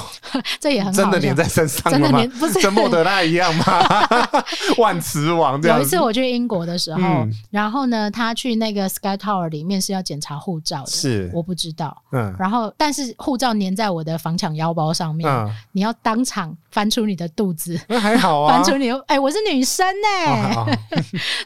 B: 这也很好
C: 真的
B: 笑
C: 粘在身上
B: 真
C: 了
B: 的
C: 吗
B: 粘？不是
C: 跟莫德纳一样 吗？万磁王这样
B: 有
C: 子。
B: 一次我去英国的时候，
C: 嗯
B: 然后呢，他去那个 Sky Tower 里面是要检查护照的，
C: 是
B: 我不知道。
C: 嗯
B: 然后，但是护照粘在我的防抢腰包上面，
C: 嗯，
B: 你要当场翻出你的肚子，
C: 那还好 啊
B: 翻。出你的，哎、我是女生呢、
C: 哦好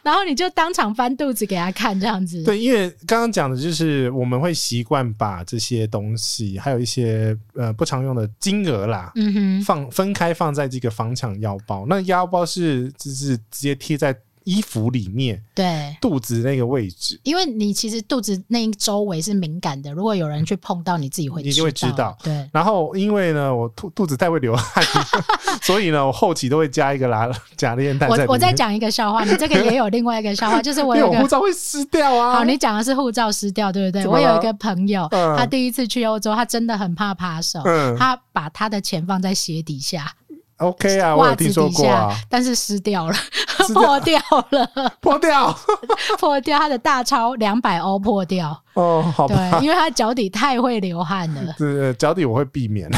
B: 然后你就当场翻肚子给他看，这样子。
C: 对，因为刚刚讲的就是我们会习惯把这些东西，还有一些呃不常用的金额啦，
B: 嗯哼，
C: 放分开放在这个防抢腰包。那腰包是就是直接贴在衣服里面
B: 对。
C: 肚子那个位置，
B: 因为你其实肚子那一周围是敏感的，如果有人去碰到，你自己会
C: 你就会知道
B: 对，
C: 然后因为呢，我肚肚子太会流汗， 所以呢，我后期都会加一个拉 假链带
B: 我
C: 在里面。
B: 我再，讲一个笑话，你这个也有另外一个笑 话，就是
C: 因
B: 我
C: 为
B: 有一
C: 我护
B: 个。
C: 照会湿掉啊。
B: 好，你讲的是护照失掉，对不对？
C: 怎么
B: 我
C: 了
B: 有一个朋友，
C: 嗯
B: 他第一次去欧洲，他真的很怕扒手，
C: 嗯
B: 他把他的钱放在鞋底下、
C: OK 啊，我
B: 袜
C: 有
B: 子
C: 听说
B: 底
C: 过
B: 下
C: 啊，，
B: 但是湿掉了，
C: 湿掉
B: 破掉了，
C: 破掉
B: 破掉他的大钞两百欧破掉，
C: 哦，好吧。，
B: 对，因为他脚底太会流汗了
C: 这脚底我会 避免，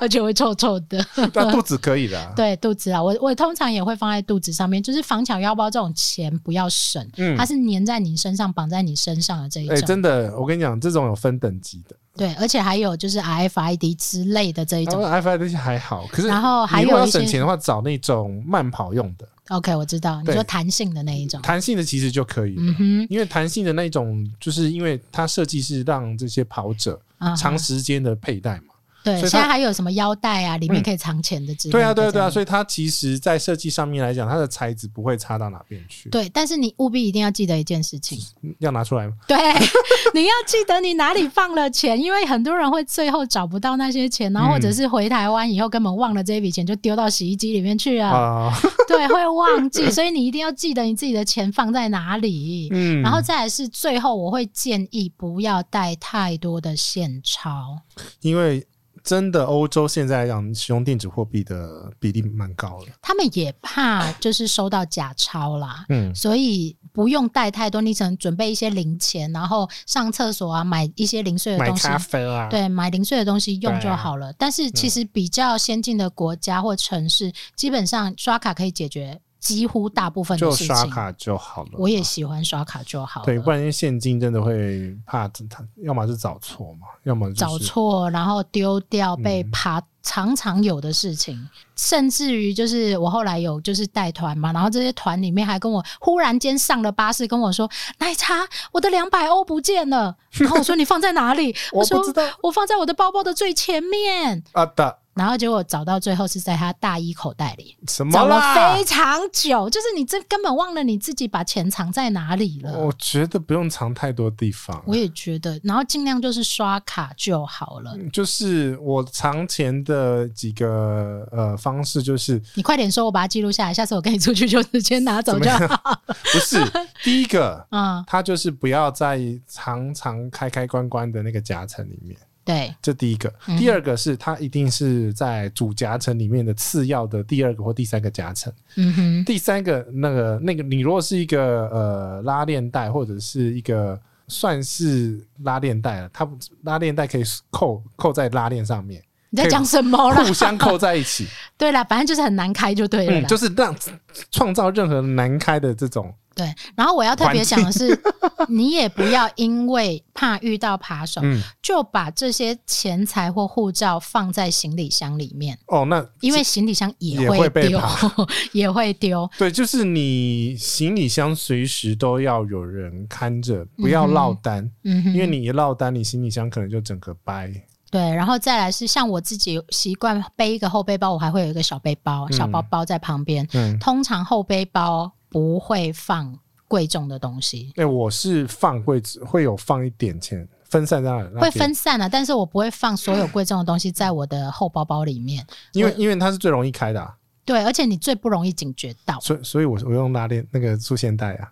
B: 而且会臭臭的。
C: 但肚子可以的啊。
B: 对肚子啊，我我通常也会放在肚子上面，就是防抢腰包这种钱不要省，
C: 嗯
B: 它是粘在你身上、绑在你身上的这一
C: 哎、
B: 种。
C: 真的，我跟你讲，这种有分等级的，
B: 对，而且还有就是 RFID 之类的这一
C: 然
B: 种
C: 后。F 啊 I 那些还好，可是
B: 然后还有
C: 你如果要
B: 一些哦
C: 省钱的话，找那种慢跑用的，
B: OK，我知道你
C: 对
B: 说弹性的那一种。
C: 弹性的其实就可以了
B: 嗯哼，
C: 因为弹性的那种，就是因为它设计是让这些跑者
B: 啊
C: 长时间的佩戴嘛。
B: 对，
C: 所以
B: 现
C: 它
B: 在还有什么腰带啊，里面
C: 嗯
B: 可以藏钱的之类的
C: 对
B: 这样。
C: 啊，对啊，对啊，所以它其实，在设计上面来讲，它的材质不会差到哪边去。
B: 对，但是你务必一定要记得一件事情，
C: 要拿出来吗？
B: 对， 你要记得你哪里放了钱，因为很多人会最后找不到那些钱，然后或
C: 嗯
B: 者是回台湾以后根本忘了这笔钱，就丢到洗衣机里面去了。
C: 啊、
B: 对，会忘记，所以你一定要记得你自己的钱放在哪里。
C: 嗯，
B: 然后再来是最后，我会建议不要带太多的现钞。
C: 因为真的欧洲现在来讲，使用电子货币的比例蛮高的。
B: 他们也怕就是收到假钞啦，
C: 嗯，
B: 所以不用带太多，你只能准备一些零钱，然后上厕所啊，买一些零碎的
C: 买
B: 东西。
C: 咖啡啊，
B: 对，买零碎的东西用
C: 对
B: 就
C: 啊
B: 好了。但是其实比较先进的国家或城市，基本上刷卡可以解决几乎大部分的
C: 就
B: 事情。
C: 刷卡就好了。
B: 我也喜欢刷卡就好了。
C: 对，不然现金真的会怕他，要么是找错嘛，要么就是嗯
B: 找错，然后丢掉、被爬，常常有的事情，甚至于就是我后来有就是带团嘛，然后这些团里面还跟我忽然间上了巴士，跟我说奶茶，我的两百欧不见 了，然后我说你放在哪里？
C: 我
B: 说
C: 不知道
B: 我放在我的包包的最前面，
C: 啊的
B: 然后结果找到最后是在他大衣口袋里，
C: 什么
B: 找了
C: 啦
B: 非？常久，就是你这根本忘了你自己把钱藏在哪里了。
C: 我觉得不用藏太多地方，
B: 我也觉得，然后尽量就是刷卡就好了。
C: 就是我藏钱的几个呃方式，就是
B: 你快点说，我把它记录下来，下次我跟你出去就直接拿走就好。
C: 不是第一个，
B: 嗯，
C: 它就是不要在常常开开关关的那个夹层里面。
B: 对，
C: 这第一个，
B: 嗯
C: 第二个是它一定是在主夹层里面的次要的第二个或第三个夹层。
B: 嗯哼，
C: 第三个，那个那个，你如果是一个呃拉链带或者是一个呃算是拉链带了，它不拉链带可以扣扣在拉链 上面，
B: 你在讲什么啦
C: 互？相扣在一起，
B: 对啦，反正就是很难开就对了
C: 嗯，
B: 啦。
C: 就是让创造任何难开的这种。
B: 对，然后我要特别讲的是， 你也不要因为怕遇到扒手，
C: 嗯
B: 就把这些钱财或护照放在行李箱里面，
C: 哦，那
B: 因为行李箱也
C: 也
B: 会
C: 会被
B: 丢
C: 扒，
B: 也会丢。
C: 对，就是你行李箱随时都要有人看着，不要落单，
B: 嗯哼，
C: 因为你一落单，你行李箱可能就整个掰。
B: 对，然后再来是像我自己习惯背一个后背包，我还会有一个小背包、小包包在旁边。
C: 嗯，
B: 通常后背包不会放贵重的东西，
C: 哎、我是放柜子会有放一点钱，分散在那那
B: 会
C: 边
B: 分散啊，但是我不会放所有贵重的东西在我的后包包里面。
C: 因为
B: 我
C: 因为它是最容易开的、啊，
B: 对，而且你最不容易警觉到。
C: 所以所以我我用拉链那个束线带啊，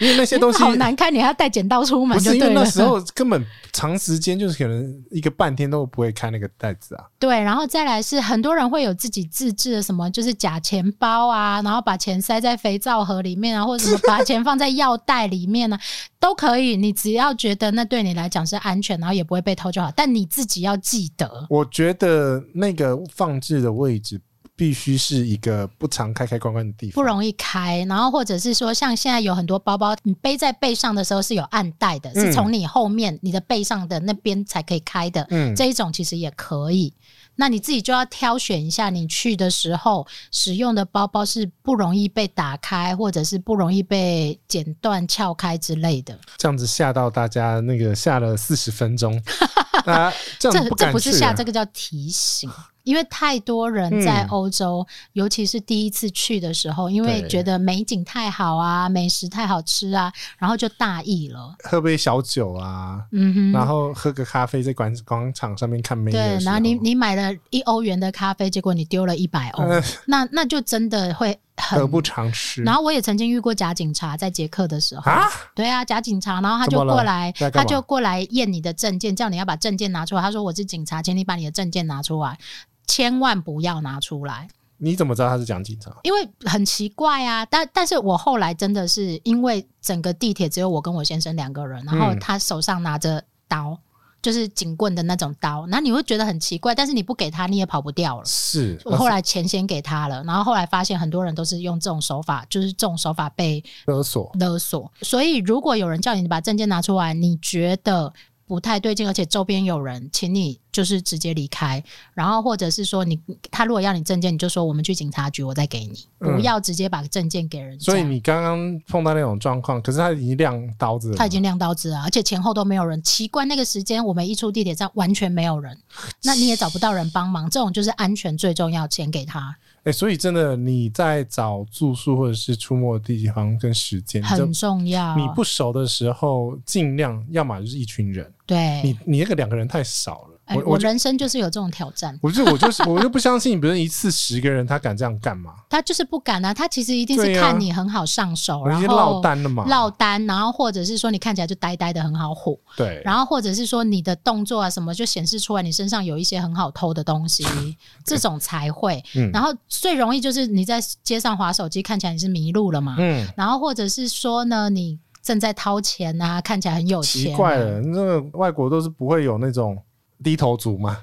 C: 因为那些东西
B: 好难看，你还要带剪刀出门
C: 不
B: 就是
C: 因为
B: 对
C: 那
B: 了。
C: 时候根本长时间就是可能一个半天都不会开那个袋子啊，
B: 对，然后再来是很多人会有自己自制的什么，就是假钱包啊，然后把钱塞在肥皂盒里面啊，或者什么把钱放在药袋里面呢、 都可以。你只要觉得那对你来讲是安全，然后也不会被偷就好。但你自己要记得，
C: 我觉得那个放置的位置必须是一个不常开开关关的地方，
B: 不容易开，然后或者是说，像现在有很多包包，你背在背上的时候是有暗带
C: 嗯
B: 的，是从你后面你的背上的那边才可以开的。
C: 嗯
B: 这一种其实也可以。那你自己就要挑选一下，你去的时候使用的包包是不容易被打开，或者是不容易被剪断、撬开之类的。
C: 这样子吓到大家，那个吓了四十 分钟，大家这样
B: 这
C: 子不
B: 这
C: 敢
B: 不
C: 去
B: 是
C: 啊、
B: 下，这个叫提醒。因为太多人在
C: 嗯
B: 欧洲，尤其是第一次去的时候，因为
C: 对
B: 觉得美景太好啊，美食太好吃啊，然后就大意了。
C: 喝杯小酒啊，
B: 嗯
C: 然
B: 哼，
C: 后喝个咖啡，在广广场上面看美女
B: 对
C: 的，时
B: 然后
C: 候
B: 你你买了一欧元的咖啡，结果你丢了一百欧
C: 呃，
B: 那那就真的会很
C: 得不偿失。
B: 然后我也曾经遇过假警察，在捷克的时候，
C: 啊，
B: 对啊，假警察，然后他就
C: 怎么了
B: 过来
C: 在，
B: 他
C: 干嘛
B: 就过来验你的证件，叫你要把证件拿出来。他说我是警察，请你把你的证件拿出来，千万不要拿出来，
C: 你怎么知道他是讲警察？
B: 因为很奇怪啊。但但是我后来真的是因为整个地铁只有我跟我先生两个人，然后
C: 嗯
B: 他手上拿着刀。就是警棍的那种刀，那你会觉得很奇怪，但是你不给他，你也跑不掉了。
C: 是，
B: 我后来钱先给他了，然后后来发现很多人都是用这种手法，就是这种手法被
C: 勒索。
B: 勒索。所以，如果有人叫你把证件拿出来，你觉得不太对劲，而且周边有人，请你就是直接离开。然后，或者是说你他如果要你证件，你就说我们去警察局，我再给你，
C: 嗯
B: 不要直接把证件给人家。
C: 所以你刚刚碰到那种状况，可是他已经亮刀子了，
B: 他已经亮刀子了，而且前后都没有人。奇怪，那个时间我们一出地铁站，完全没有 人，那你也找不到人帮忙。这种就是安全最重要，钱给他
C: 哎、所以真的你在找住宿或者是出没的地方跟时间，你就
B: 很重要。
C: 你不熟的时候，尽量要么就是一群人，
B: 对，
C: 你你那个两个人太少了。
B: 哎
C: 我
B: 我
C: 我就
B: 人生就是有这种挑战。
C: 我就我就是我就不相信，比如一次十个人，他敢这样干嘛？
B: 他就是不敢啊，他其实一定是
C: 对啊
B: 看你很好上手，
C: 我
B: 哦
C: 已
B: 然
C: 经
B: 后
C: 落单了嘛？
B: 落单，然后或者是说你看起来就呆呆的很好唬，
C: 对，
B: 然后或啊者是说你的动作啊什么就显示出来你身上有一些很好偷的东西，这种才会。
C: 嗯
B: 然后最容易就是你在街上划手机，看起来你是迷路了嘛，
C: 嗯，
B: 然后或者是说呢你正在掏钱啊，看起来很有钱、
C: 奇
B: 啊，
C: 怪了，那个外国都是不会有那种低头族嘛？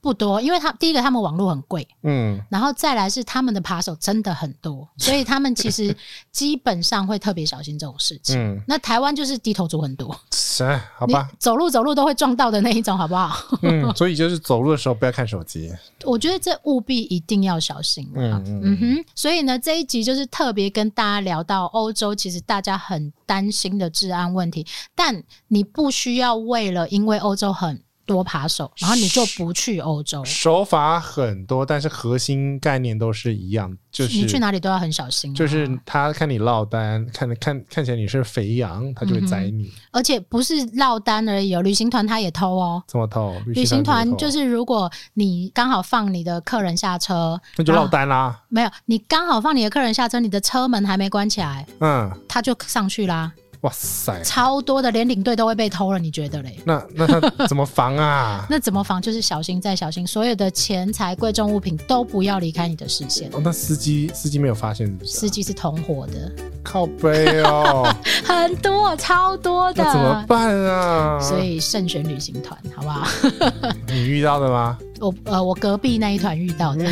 B: 不多，因为他第一个他们网络很贵，
C: 嗯，
B: 然后再来是他们的扒手真的很多，所以他们其实基本上会特别小心这种事情。
C: 嗯，
B: 那台湾就是低头族很多，
C: 是，啊好
B: 你
C: 吧，
B: 走路走路都会撞到的那一种，好不 好？
C: 嗯，所以就是走路的时候不要看手机，
B: 我觉得这务必一定要小心啊。
C: 嗯嗯
B: 嗯哼，所以呢，这一集就是特别跟大家聊到欧洲，其实大家很担心的治安问题，但你不需要为了因为欧洲很多扒手，然后你就不去欧洲，
C: 手法很多，但是核心概念都是一样，就是
B: 你去哪里都要很小心啊、
C: 就是他看你落单，看看看起来你是肥羊，他就会
B: 嗯
C: 宰你。
B: 而且不是落单而已哦，旅行团他也偷哦。
C: 怎么偷？
B: 旅行团
C: 偷
B: 就是，如果你刚好放你的客人下车，
C: 那就落单啦。
B: 没有，你刚好放你的客人下车，你的车门还没关起来，
C: 嗯，
B: 他就上去啦，
C: 哇塞，
B: 超多的，连领队都会被偷了，你觉得嘞？
C: 那那他怎么 防啊？
B: 那怎么防？就是小心再小心，所有的钱财、贵重物品都不要离开你的视线。
C: 哦、那司机司机没有发现是不是啊、
B: 司机啊是同伙的，
C: 靠背 哦，
B: 很多，超多
C: 那怎么
B: 的，
C: 办啊？
B: 所以慎选旅行团，好不好？
C: 你遇到的吗？
B: 我呃，我隔壁那一团遇到的，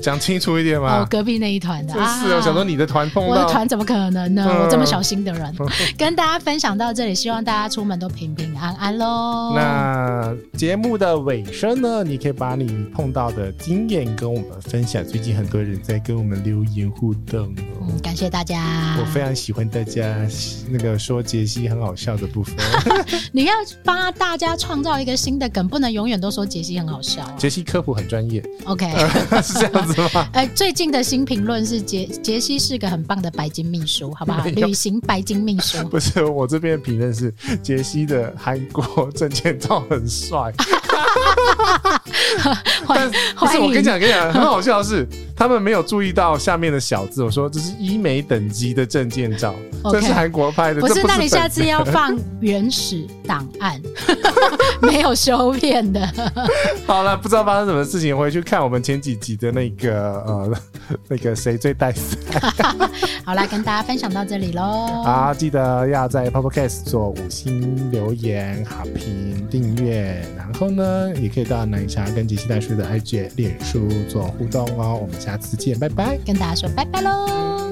C: 讲清楚一点
B: 哦我
C: 嘛。
B: 隔壁那一团的，
C: 真是哦，
B: 啊
C: 想说你的团碰
B: 我的
C: 到
B: 团怎么可能呢？
C: 嗯
B: 我这么小心的 人，跟大家分享到这里，希望大家出门都平平安安喽。
C: 那节目的尾声呢，你可以把你碰到的经验跟我们分享。最近很多人在跟我们留言互动哦，
B: 嗯，感谢大家。
C: 我非常喜欢大家那个说杰西很好笑的部分。哦
B: 你要帮大家创造一个新的梗，不能永远都说杰西很好笑、啊。
C: 杰西呃科普很专业，
B: OK，
C: 是这样子吗？
B: 呃，最近的新评论是杰杰西是个很棒的白金秘书，好不好？
C: 没有
B: 旅行白金秘书。
C: 不是，我这边的评论是杰西的韩国证件照 很帅，但是不
B: 欢
C: 是
B: 迎
C: 我跟你讲，跟你讲，很好笑的是，他他们没有注意到下面的小字，我说这是医美等级的证件照，
B: OK
C: 这是韩国拍的，
B: 不
C: 这
B: 是，
C: 不
B: 那你
C: 本
B: 下次
C: 人
B: 要放原始档 案，没有修片的。
C: 好了，不知道发生什么事情，回去看我们前几集的那个呃那个谁最带死
B: 好啦，跟大家分享到这里喽，
C: 啊，记得要在 Podcast 做五星留言、好评、订阅，然后呢，也可以到奶茶跟杰西大叔的 IG、脸书做互动哦。我们下次见，拜拜。
B: 跟大家说拜拜喽。